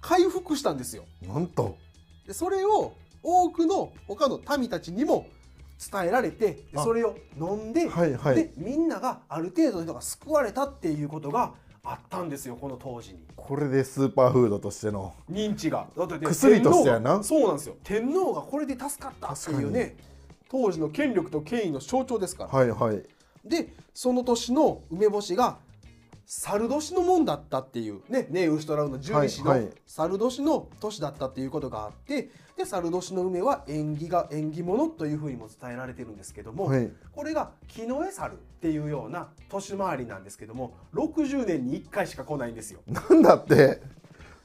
[SPEAKER 1] 回復したんですよ
[SPEAKER 2] なんと
[SPEAKER 1] でそれを多くの他の民たちにも伝えられてで
[SPEAKER 2] あ
[SPEAKER 1] それを飲んで,、
[SPEAKER 2] はいはい
[SPEAKER 1] でみんながある程度の人が救われたっていうことがあったんですよこの当時に
[SPEAKER 2] これでスーパーフードとしての
[SPEAKER 1] 認知がだって
[SPEAKER 2] 薬としてやな
[SPEAKER 1] 天皇がそうなんですよ天皇がこれで助かったっていうね当時の権力と権威の象徴ですから
[SPEAKER 2] はいはい
[SPEAKER 1] でその年の梅干しが猿年のもんだったっていうねネウシトラウの十二支
[SPEAKER 2] はいは
[SPEAKER 1] の
[SPEAKER 2] い
[SPEAKER 1] 猿年の年だったっていうことがあってで猿年の梅は縁起が縁起物というふうにも伝えられてるんですけども、
[SPEAKER 2] はい
[SPEAKER 1] これが木の絵猿っていうような年回りなんですけども60年に1回しか来ないんですよ。
[SPEAKER 2] なんだって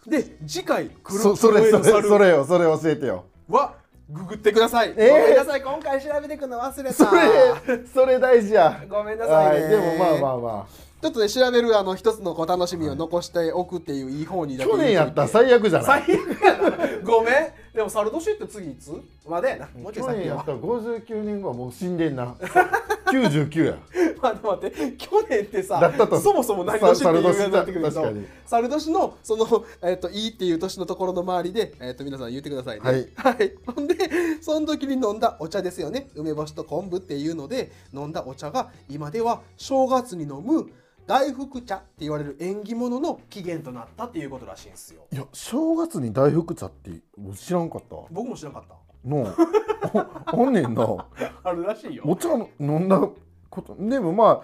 [SPEAKER 1] で次回来る
[SPEAKER 2] そそ
[SPEAKER 1] 木の
[SPEAKER 2] れ
[SPEAKER 1] 絵
[SPEAKER 2] そ
[SPEAKER 1] の
[SPEAKER 2] れそ
[SPEAKER 1] 猿
[SPEAKER 2] れよそれ教えてよ
[SPEAKER 1] はググってください。
[SPEAKER 2] えー
[SPEAKER 1] ごめんなさい今回調べていくの忘れた。
[SPEAKER 2] それそれ大事や
[SPEAKER 1] ごめんなさいね
[SPEAKER 2] はでもまあまあま
[SPEAKER 1] ちょっとね調べるあの一つのこう楽しみを残しておくっていういい方に
[SPEAKER 2] あ
[SPEAKER 1] だけ
[SPEAKER 2] 去年やったら
[SPEAKER 1] 最
[SPEAKER 2] 最悪じゃない
[SPEAKER 1] 悪やなごめんでも猿年って次いつまでやなもうちょい
[SPEAKER 2] 去年
[SPEAKER 1] 先や
[SPEAKER 2] や
[SPEAKER 1] わ
[SPEAKER 2] ったら59年後はもう死んでんな99や
[SPEAKER 1] <laughs> 待って待って去年ってさ
[SPEAKER 2] だったと
[SPEAKER 1] そもそも何年っていうようになってくるけ
[SPEAKER 2] さ
[SPEAKER 1] ど
[SPEAKER 2] 猿年だ確かに
[SPEAKER 1] 猿年のその、 <laughs> えっといいっていう年のところの周りで、えっと皆さん言ってくださいね
[SPEAKER 2] はい、
[SPEAKER 1] ほんでその時に飲んだお茶ですよね梅干しと昆布っていうので飲んだお茶が今では正月に飲む大福茶って言われる縁起物の起源となったっていうことらしいんですよ
[SPEAKER 2] いや正月に大福茶って知らんかった
[SPEAKER 1] 僕も知らなかっ
[SPEAKER 2] の <laughs> おあんねんなも
[SPEAKER 1] たあるらしいよ
[SPEAKER 2] ちろん飲んだことでもま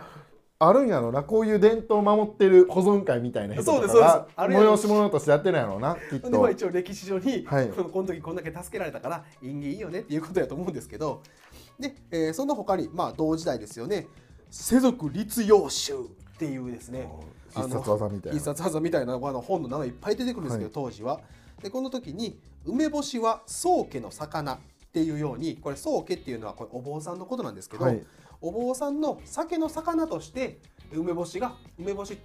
[SPEAKER 2] ああるんやろなこういう伝統を守ってる保存会みたいな人
[SPEAKER 1] そう
[SPEAKER 2] と
[SPEAKER 1] です
[SPEAKER 2] か
[SPEAKER 1] そうです
[SPEAKER 2] が
[SPEAKER 1] あるやろ
[SPEAKER 2] 催し物としてやってるんやろうなきっ
[SPEAKER 1] でまあ
[SPEAKER 2] と
[SPEAKER 1] 一応歴史上に、
[SPEAKER 2] はい
[SPEAKER 1] このこの時こんだけ助けられたから縁起いいよねっていうことやと思うんですけどで、えーその他にまあ同時代ですよね世俗律陽集っていうですねあの
[SPEAKER 2] 必殺技みたい
[SPEAKER 1] 必
[SPEAKER 2] な
[SPEAKER 1] 殺技みたいなあの本の名前いっぱい出てくるんですけど、
[SPEAKER 2] は
[SPEAKER 1] 当
[SPEAKER 2] い
[SPEAKER 1] 時は。でこの時に梅干しは宗家の魚っていうようにこれ宗家っていうのはこれお坊さんのことなんですけど、
[SPEAKER 2] はい
[SPEAKER 1] お坊さんの酒の魚として梅干しが梅干しっ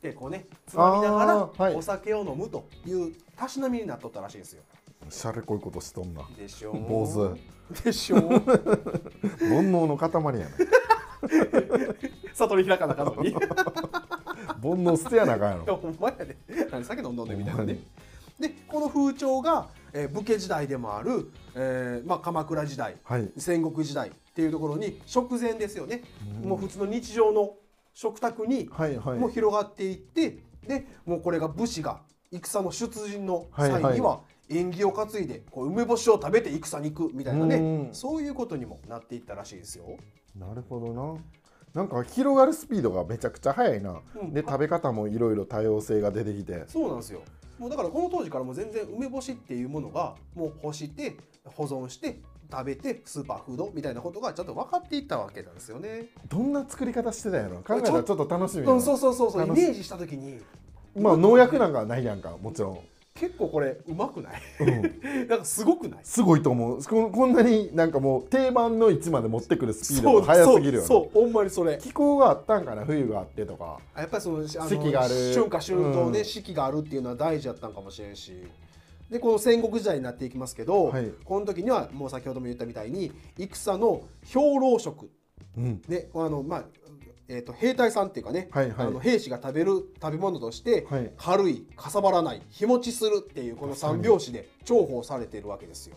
[SPEAKER 1] てこうねつまみな
[SPEAKER 2] あ
[SPEAKER 1] が
[SPEAKER 2] ーは
[SPEAKER 1] ら
[SPEAKER 2] い
[SPEAKER 1] お酒を飲むというたしなみになっとったらしいんですよ。
[SPEAKER 2] しゃれこいことしとんな
[SPEAKER 1] でしょう。
[SPEAKER 2] 坊主
[SPEAKER 1] でしょ
[SPEAKER 2] <laughs>
[SPEAKER 1] う。
[SPEAKER 2] 煩悩の塊やな
[SPEAKER 1] 悟り開かなあかんのに。 <laughs>
[SPEAKER 2] 煩悩捨てやなあかんや
[SPEAKER 1] いや
[SPEAKER 2] ろ
[SPEAKER 1] ほんまやで何酒飲んどんねんみたいな
[SPEAKER 2] ほんま
[SPEAKER 1] ねでこの風潮が、えー武家時代でもある、えーまあ、鎌倉時代
[SPEAKER 2] はい
[SPEAKER 1] 戦国時代っていうところに食前ですよね、
[SPEAKER 2] うん
[SPEAKER 1] もう普通の日常の食卓に
[SPEAKER 2] はいはい
[SPEAKER 1] もう広がっていってでもうこれが武士が戦の出陣の際
[SPEAKER 2] はいはい
[SPEAKER 1] には縁起を担いでこう梅干しを食べて戦に行くみたいなね、
[SPEAKER 2] うん
[SPEAKER 1] そういうことにもなっていったらしいですよ。
[SPEAKER 2] なるほどななんか広がるスピードがめちゃくちゃ速いな、
[SPEAKER 1] うん
[SPEAKER 2] で食べ方もいろいろ多様性が出てきて
[SPEAKER 1] そうなんですよもうだからこの当時からもう全然梅干しっていうものがもう干して保存して食べてスーパーフードみたいなことがちゃんと分かっていったわけなんですよね。
[SPEAKER 2] どんな作り方してたんやろ考えたらちょっと楽しみやな
[SPEAKER 1] うん、そうそうそうそうイ
[SPEAKER 2] 楽し
[SPEAKER 1] メージした時に
[SPEAKER 2] まあ農薬なんかはないやんかもちろん、
[SPEAKER 1] 結構これうまくない <laughs>
[SPEAKER 2] うん、
[SPEAKER 1] なんかすごくない
[SPEAKER 2] すごいと思うここんなになんかもう定番の位置まで持ってくるスピー
[SPEAKER 1] そ
[SPEAKER 2] ド
[SPEAKER 1] う
[SPEAKER 2] が速すぎるよね
[SPEAKER 1] そうそうほんまにそれ
[SPEAKER 2] 気候があったんかな冬があってとか
[SPEAKER 1] あやっぱりそのあの
[SPEAKER 2] 四季がある
[SPEAKER 1] 春夏秋冬ね、
[SPEAKER 2] うん
[SPEAKER 1] 四季があるっていうのは大事だったんかもしれんしでこの戦国時代になっていきますけど、
[SPEAKER 2] はい
[SPEAKER 1] この時にはもう先ほども言ったみたいに戦の兵糧食
[SPEAKER 2] うん
[SPEAKER 1] ね、あのまあえー、と兵隊さんっていうかね、
[SPEAKER 2] はいはい
[SPEAKER 1] あの兵士が食べる食べ物として、
[SPEAKER 2] はい
[SPEAKER 1] 軽いかさばらない日持ちするっていうこの三拍子で重宝されてるわけですよ。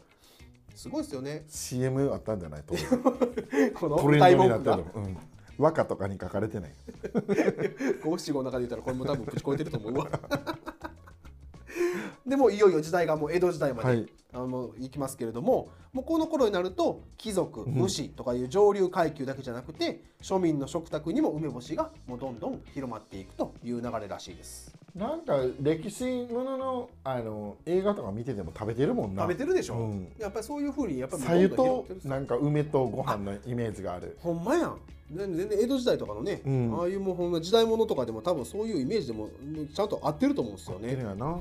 [SPEAKER 1] すごいですよね
[SPEAKER 2] CM あったんじゃないと思う
[SPEAKER 1] この
[SPEAKER 2] トレン
[SPEAKER 1] <laughs> 大
[SPEAKER 2] ドに
[SPEAKER 1] 文
[SPEAKER 2] なっ
[SPEAKER 1] 句
[SPEAKER 2] た
[SPEAKER 1] が
[SPEAKER 2] の、うん、和歌とかに書かれてない
[SPEAKER 1] 五七五の中で言ったらこれも多分口超えてると思うわ。 <laughs> でもういよいよ時代がもう江戸時代まで、
[SPEAKER 2] はい
[SPEAKER 1] あの行きますけれどももうこの頃になると貴族武士とかいう上流階級だけじゃなくて、庶民の食卓にも梅干しがもうどんどん広まっていくという流れらしいです。
[SPEAKER 2] なんか歴史もののあの映画とか見てても食べてるもんな
[SPEAKER 1] 食べてるでしょ、
[SPEAKER 2] うん
[SPEAKER 1] やっぱりそういうふうにやっぱり
[SPEAKER 2] さゆ
[SPEAKER 1] どんどん
[SPEAKER 2] と
[SPEAKER 1] 広がってる
[SPEAKER 2] なんか梅とご飯のイメージがある
[SPEAKER 1] ほんまやん全全然江戸時代とかのね、
[SPEAKER 2] うん
[SPEAKER 1] ああいうもうほんま時代物とかでも多分そういうイメージでももうちゃんと合ってると思うんですよ
[SPEAKER 2] てる
[SPEAKER 1] ね
[SPEAKER 2] よな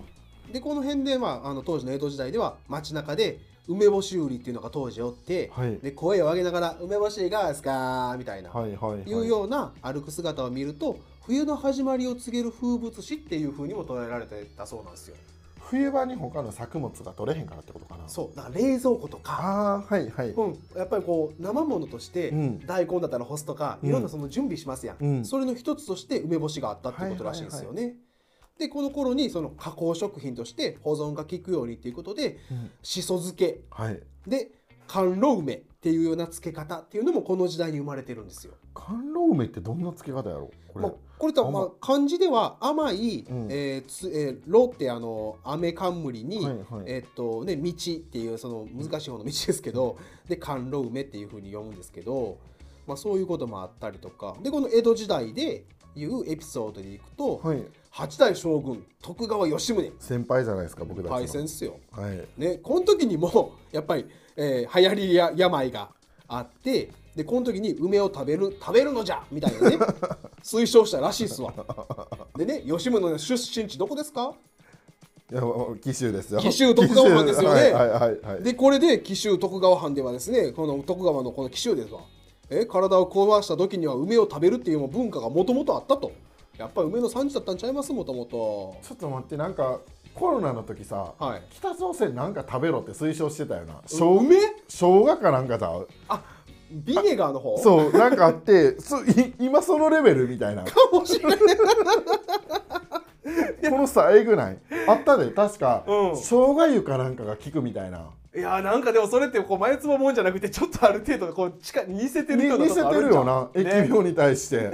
[SPEAKER 1] でこの辺で、まあ、あの当時の江戸時代では街中で梅干し売りっていうのが当時おって、
[SPEAKER 2] はい
[SPEAKER 1] で声を上げながら「梅干しいかがですか?」みたいな、
[SPEAKER 2] はいはいはい
[SPEAKER 1] いうような歩く姿を見ると冬の始まりを告げる風物詩っていうふうにも捉えられてたそうなんですよ
[SPEAKER 2] 冬場に他の作物が取れへんからってことかな
[SPEAKER 1] そうだから冷蔵庫とか
[SPEAKER 2] ああはいはい、
[SPEAKER 1] うん、やっぱりこう生ものとして
[SPEAKER 2] うん
[SPEAKER 1] 大根だったら干すとか、
[SPEAKER 2] うん
[SPEAKER 1] いろんなその準備しますやん、
[SPEAKER 2] うん
[SPEAKER 1] それの一つとして梅干しがあったってことらしいんですよね。でこの頃にその加工食品として保存が効くようにっていうことで
[SPEAKER 2] うん
[SPEAKER 1] しそ漬け
[SPEAKER 2] はい
[SPEAKER 1] で甘露梅っていうような漬け方っていうのもこの時代に生まれてるんですよ。
[SPEAKER 2] 甘露梅ってどんな漬け方やろこれ、
[SPEAKER 1] まあ、これとはまあ漢字では甘い、
[SPEAKER 2] うん
[SPEAKER 1] えーつえー、ロってあの雨冠に、
[SPEAKER 2] はいはい
[SPEAKER 1] えっとね道っていうその難しい方の道ですけど、で甘露梅っていう風に読むんですけど、まあそういうこともあったりとか、でこの江戸時代でいうエピソードでいくと、
[SPEAKER 2] はい
[SPEAKER 1] 八代将軍徳川義宗
[SPEAKER 2] 先輩じゃないですか僕たちの
[SPEAKER 1] 大戦っすよ。
[SPEAKER 2] はい
[SPEAKER 1] ね、この時にも <laughs> やっぱり、えー流行りや病があってでこの時に梅を食べる食べるのじゃみたい
[SPEAKER 2] <laughs>
[SPEAKER 1] なね推奨したらしいっすわでね吉宗の出身地どこですか
[SPEAKER 2] いやお紀州ですよ
[SPEAKER 1] 紀州徳川藩ですよね
[SPEAKER 2] 紀州はいはいはい、
[SPEAKER 1] でこれで紀州徳川藩ではですねこの徳川のこの紀州ですわえ体を壊した時には梅を食べるっていう文化がもともとあったとやっぱり梅の産地だったんちゃいますもともと
[SPEAKER 2] ちょっと待ってなんかコロナの時さ、
[SPEAKER 1] はい
[SPEAKER 2] 北朝鮮なんか食べろって推奨してたよなしょう
[SPEAKER 1] 梅
[SPEAKER 2] 生姜かなんかさ
[SPEAKER 1] あビネガーの <laughs> 方
[SPEAKER 2] そうなんかあって <laughs> そい今そのレベルみたいなこ
[SPEAKER 1] かもしれない
[SPEAKER 2] のさえぐないあったで確か、
[SPEAKER 1] うん
[SPEAKER 2] 生姜湯かなんかが効くみたいない
[SPEAKER 1] やーなんかでもそれってこう前つばもんじゃなくてちょっとある程度こう近い似せて
[SPEAKER 2] に
[SPEAKER 1] るような
[SPEAKER 2] 似
[SPEAKER 1] と
[SPEAKER 2] せ
[SPEAKER 1] こあ
[SPEAKER 2] て
[SPEAKER 1] る
[SPEAKER 2] る
[SPEAKER 1] んじゃ
[SPEAKER 2] よ
[SPEAKER 1] ん
[SPEAKER 2] な、疫病に対して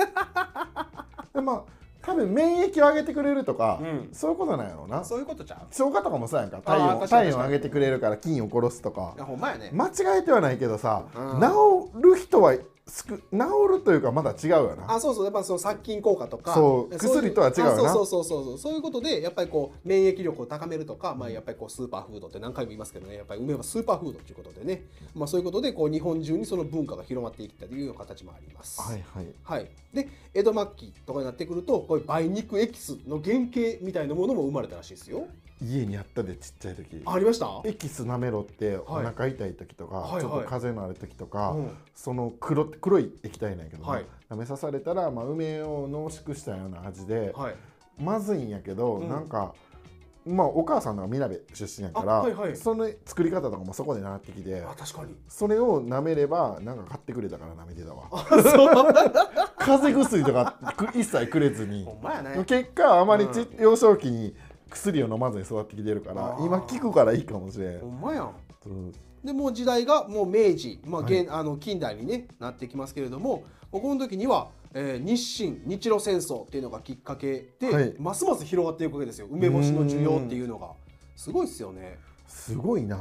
[SPEAKER 2] でまあ多分免疫を上げてくれるとか、
[SPEAKER 1] うん
[SPEAKER 2] そういうことなんやろうな
[SPEAKER 1] そういうことちゃう
[SPEAKER 2] 消化とかもそうやんか
[SPEAKER 1] あー
[SPEAKER 2] 体
[SPEAKER 1] 確か
[SPEAKER 2] 温
[SPEAKER 1] に
[SPEAKER 2] 体温上げてくれるから菌を殺すとか
[SPEAKER 1] いやほんまやね、
[SPEAKER 2] 間違えてはないけどさ、
[SPEAKER 1] うん
[SPEAKER 2] 治る人は少治るというかまだ違うよな
[SPEAKER 1] あそうそうやっぱその殺菌効果とか
[SPEAKER 2] そう
[SPEAKER 1] い
[SPEAKER 2] 薬とは違うよな
[SPEAKER 1] あそうそうそうそうそうそういうことでやっぱりこう免疫力を高めるとか、まあ、やっぱりこうスーパーフードって何回も言いますけどねやっぱり梅はスーパーフードということでね、まあ、そういうことでこう日本中にその文化が広まっていったというような形もあります。
[SPEAKER 2] はいはい
[SPEAKER 1] はい、で江戸末期とかになってくるとこういう梅肉エキスの原型みたいなものも生まれたらしいですよ。
[SPEAKER 2] 家にあったでちっちゃい時
[SPEAKER 1] ありました
[SPEAKER 2] エキス舐めろってお
[SPEAKER 1] はい
[SPEAKER 2] 腹痛い時とか、
[SPEAKER 1] はいはい
[SPEAKER 2] ちょっと風邪のある時とか、
[SPEAKER 1] うん
[SPEAKER 2] その黒黒い液体なんやけどな、
[SPEAKER 1] はい
[SPEAKER 2] 舐めさされたら、まあ、梅を濃縮したような味で、
[SPEAKER 1] はい、
[SPEAKER 2] まずいんやけど、
[SPEAKER 1] うん
[SPEAKER 2] なんか。まあ、お母さんのがみなべ出身やから、
[SPEAKER 1] あはいはい
[SPEAKER 2] その作り方とかもそこで習ってきて
[SPEAKER 1] あ確かに
[SPEAKER 2] それを舐めればなんか買ってくれたから舐めてたわ
[SPEAKER 1] あそう
[SPEAKER 2] <laughs> 風邪薬とかく一切くれずに
[SPEAKER 1] ほんまやね
[SPEAKER 2] 結果あまりち、
[SPEAKER 1] う
[SPEAKER 2] 幼少期に薬を飲まずに育ってきてるから
[SPEAKER 1] あー
[SPEAKER 2] 今聞くからいいかもしれん
[SPEAKER 1] ほんまやん。
[SPEAKER 2] うん
[SPEAKER 1] でもう時代がもう明治、まあ
[SPEAKER 2] はい
[SPEAKER 1] 現あの近代に、ね、なってきますけれどももうこの時には、えー日清日露戦争っていうのがきっかけで、
[SPEAKER 2] はい
[SPEAKER 1] ますます広がっていくわけですよ梅干しの需要っていうのがすごいですよね。
[SPEAKER 2] すごいな、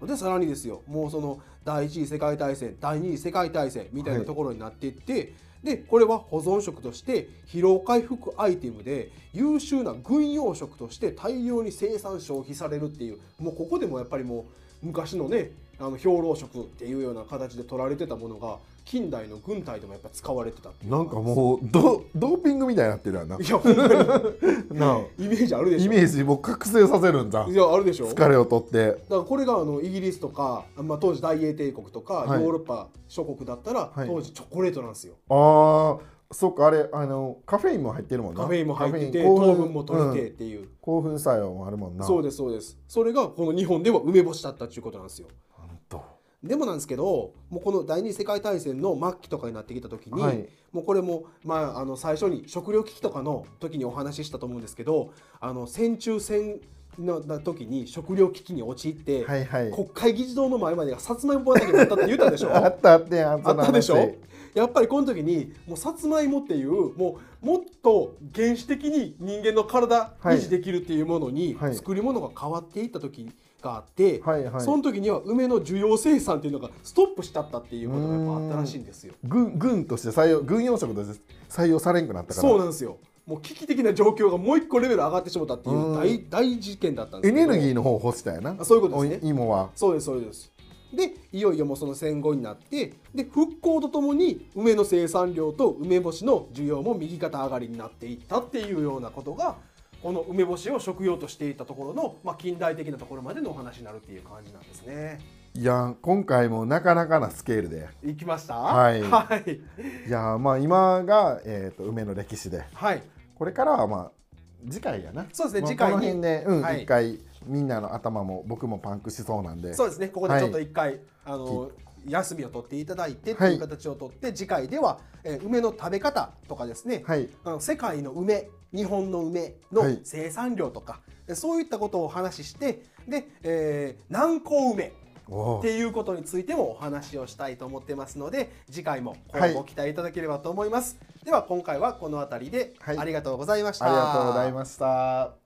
[SPEAKER 1] うん、でさらにですよもうその第一次世界大戦第二次世界大戦みたいなところになっていって、でこれは保存食として疲労回復アイテムで優秀な軍用食として大量に生産消費されるっていうもうここでもやっぱりもう昔のねあの兵糧食っていうような形で取られてたものが近代の軍隊でもやっぱ使われてたっていう
[SPEAKER 2] なんかもうドドーピングみたいになってるやんない
[SPEAKER 1] やほんまに
[SPEAKER 2] な
[SPEAKER 1] イメージあるでしょ
[SPEAKER 2] イメージもう覚醒させるんだ
[SPEAKER 1] いやあるでしょ
[SPEAKER 2] 疲れを取って
[SPEAKER 1] だからこれがあのイギリスとか、まあ、当時大英帝国とか、
[SPEAKER 2] はい
[SPEAKER 1] ヨーロッパ諸国だったら、
[SPEAKER 2] はい
[SPEAKER 1] 当時チョコレートなんですよ。
[SPEAKER 2] ああそっかあれあのカフェインも入ってるもんな
[SPEAKER 1] カフェインも入ってて
[SPEAKER 2] カフェイン
[SPEAKER 1] 糖分も取れ
[SPEAKER 2] う
[SPEAKER 1] て
[SPEAKER 2] ん
[SPEAKER 1] っていう、
[SPEAKER 2] 興奮作用もあるもんな
[SPEAKER 1] そうですそうですそれがこの日本では梅干しだったっていうことなんですよ
[SPEAKER 2] なんと
[SPEAKER 1] でもなんですけどもうこの第二次世界大戦の末期とかになってきた時に、
[SPEAKER 2] はい
[SPEAKER 1] もうこれも、まあ、あの最初に食糧危機とかの時にお話ししたと思うんですけどあの戦中戦の時に食糧危機に陥って、
[SPEAKER 2] はいはい
[SPEAKER 1] 国会議事堂の前までがさつまいも畑になったって言ったでしょ
[SPEAKER 2] あったあったあ
[SPEAKER 1] あったでしょ
[SPEAKER 2] う
[SPEAKER 1] やっぱりこの時にもうさつまいもっていうもうもっと原始的に人間の体
[SPEAKER 2] はい
[SPEAKER 1] 維持できるっていうものに
[SPEAKER 2] はい
[SPEAKER 1] 作り物が変わっていった時があって、
[SPEAKER 2] はいはい
[SPEAKER 1] その時には梅の需要生産っていうのがストップしちゃったっていうことがやっぱあったらしいんですよ。
[SPEAKER 2] 軍軍として採用軍用職として採用されんくなったから
[SPEAKER 1] そうなんですよもう危機的な状況がもう一個レベル上がってしまったっていううん大大事件だったんで
[SPEAKER 2] エ
[SPEAKER 1] すけど
[SPEAKER 2] ネルギーの方を欲したよな
[SPEAKER 1] あそういうことですね
[SPEAKER 2] お芋は
[SPEAKER 1] そうですそうですでいよいよもうその戦後になってで復興とともに梅の生産量と梅干しの需要も右肩上がりになっていったっていうようなことがこの梅干しを食用としていたところの、まあ、近代的なところまでのお話になるっていう感じなんですね。
[SPEAKER 2] いや今回もなかなかなスケールで
[SPEAKER 1] いきました
[SPEAKER 2] はい
[SPEAKER 1] はい、
[SPEAKER 2] いやまあ今が、えー、と梅の歴史で
[SPEAKER 1] はい
[SPEAKER 2] これからはまあ次回やな
[SPEAKER 1] そうですね
[SPEAKER 2] まあ
[SPEAKER 1] 次回に
[SPEAKER 2] この辺で、うん
[SPEAKER 1] はい
[SPEAKER 2] 一回みんなの頭も僕もパンクしそうなんで
[SPEAKER 1] そうですねここでちょっと一回、あの休みを取っていただいてって
[SPEAKER 2] はい
[SPEAKER 1] いう形を取って、次回では、えー梅の食べ方とかですね、
[SPEAKER 2] はい
[SPEAKER 1] あの世界の梅日本の梅の
[SPEAKER 2] はい
[SPEAKER 1] 生産量とか、えそういったことをお話ししてで、えー南高梅
[SPEAKER 2] お
[SPEAKER 1] っ
[SPEAKER 2] ー
[SPEAKER 1] ていうことについてもお話をしたいと思ってますので次回も
[SPEAKER 2] は
[SPEAKER 1] 今
[SPEAKER 2] い
[SPEAKER 1] 後ご期待いただければと思います、では今回はこの辺りで、
[SPEAKER 2] はい
[SPEAKER 1] ありがとうございました
[SPEAKER 2] ありがとうございました。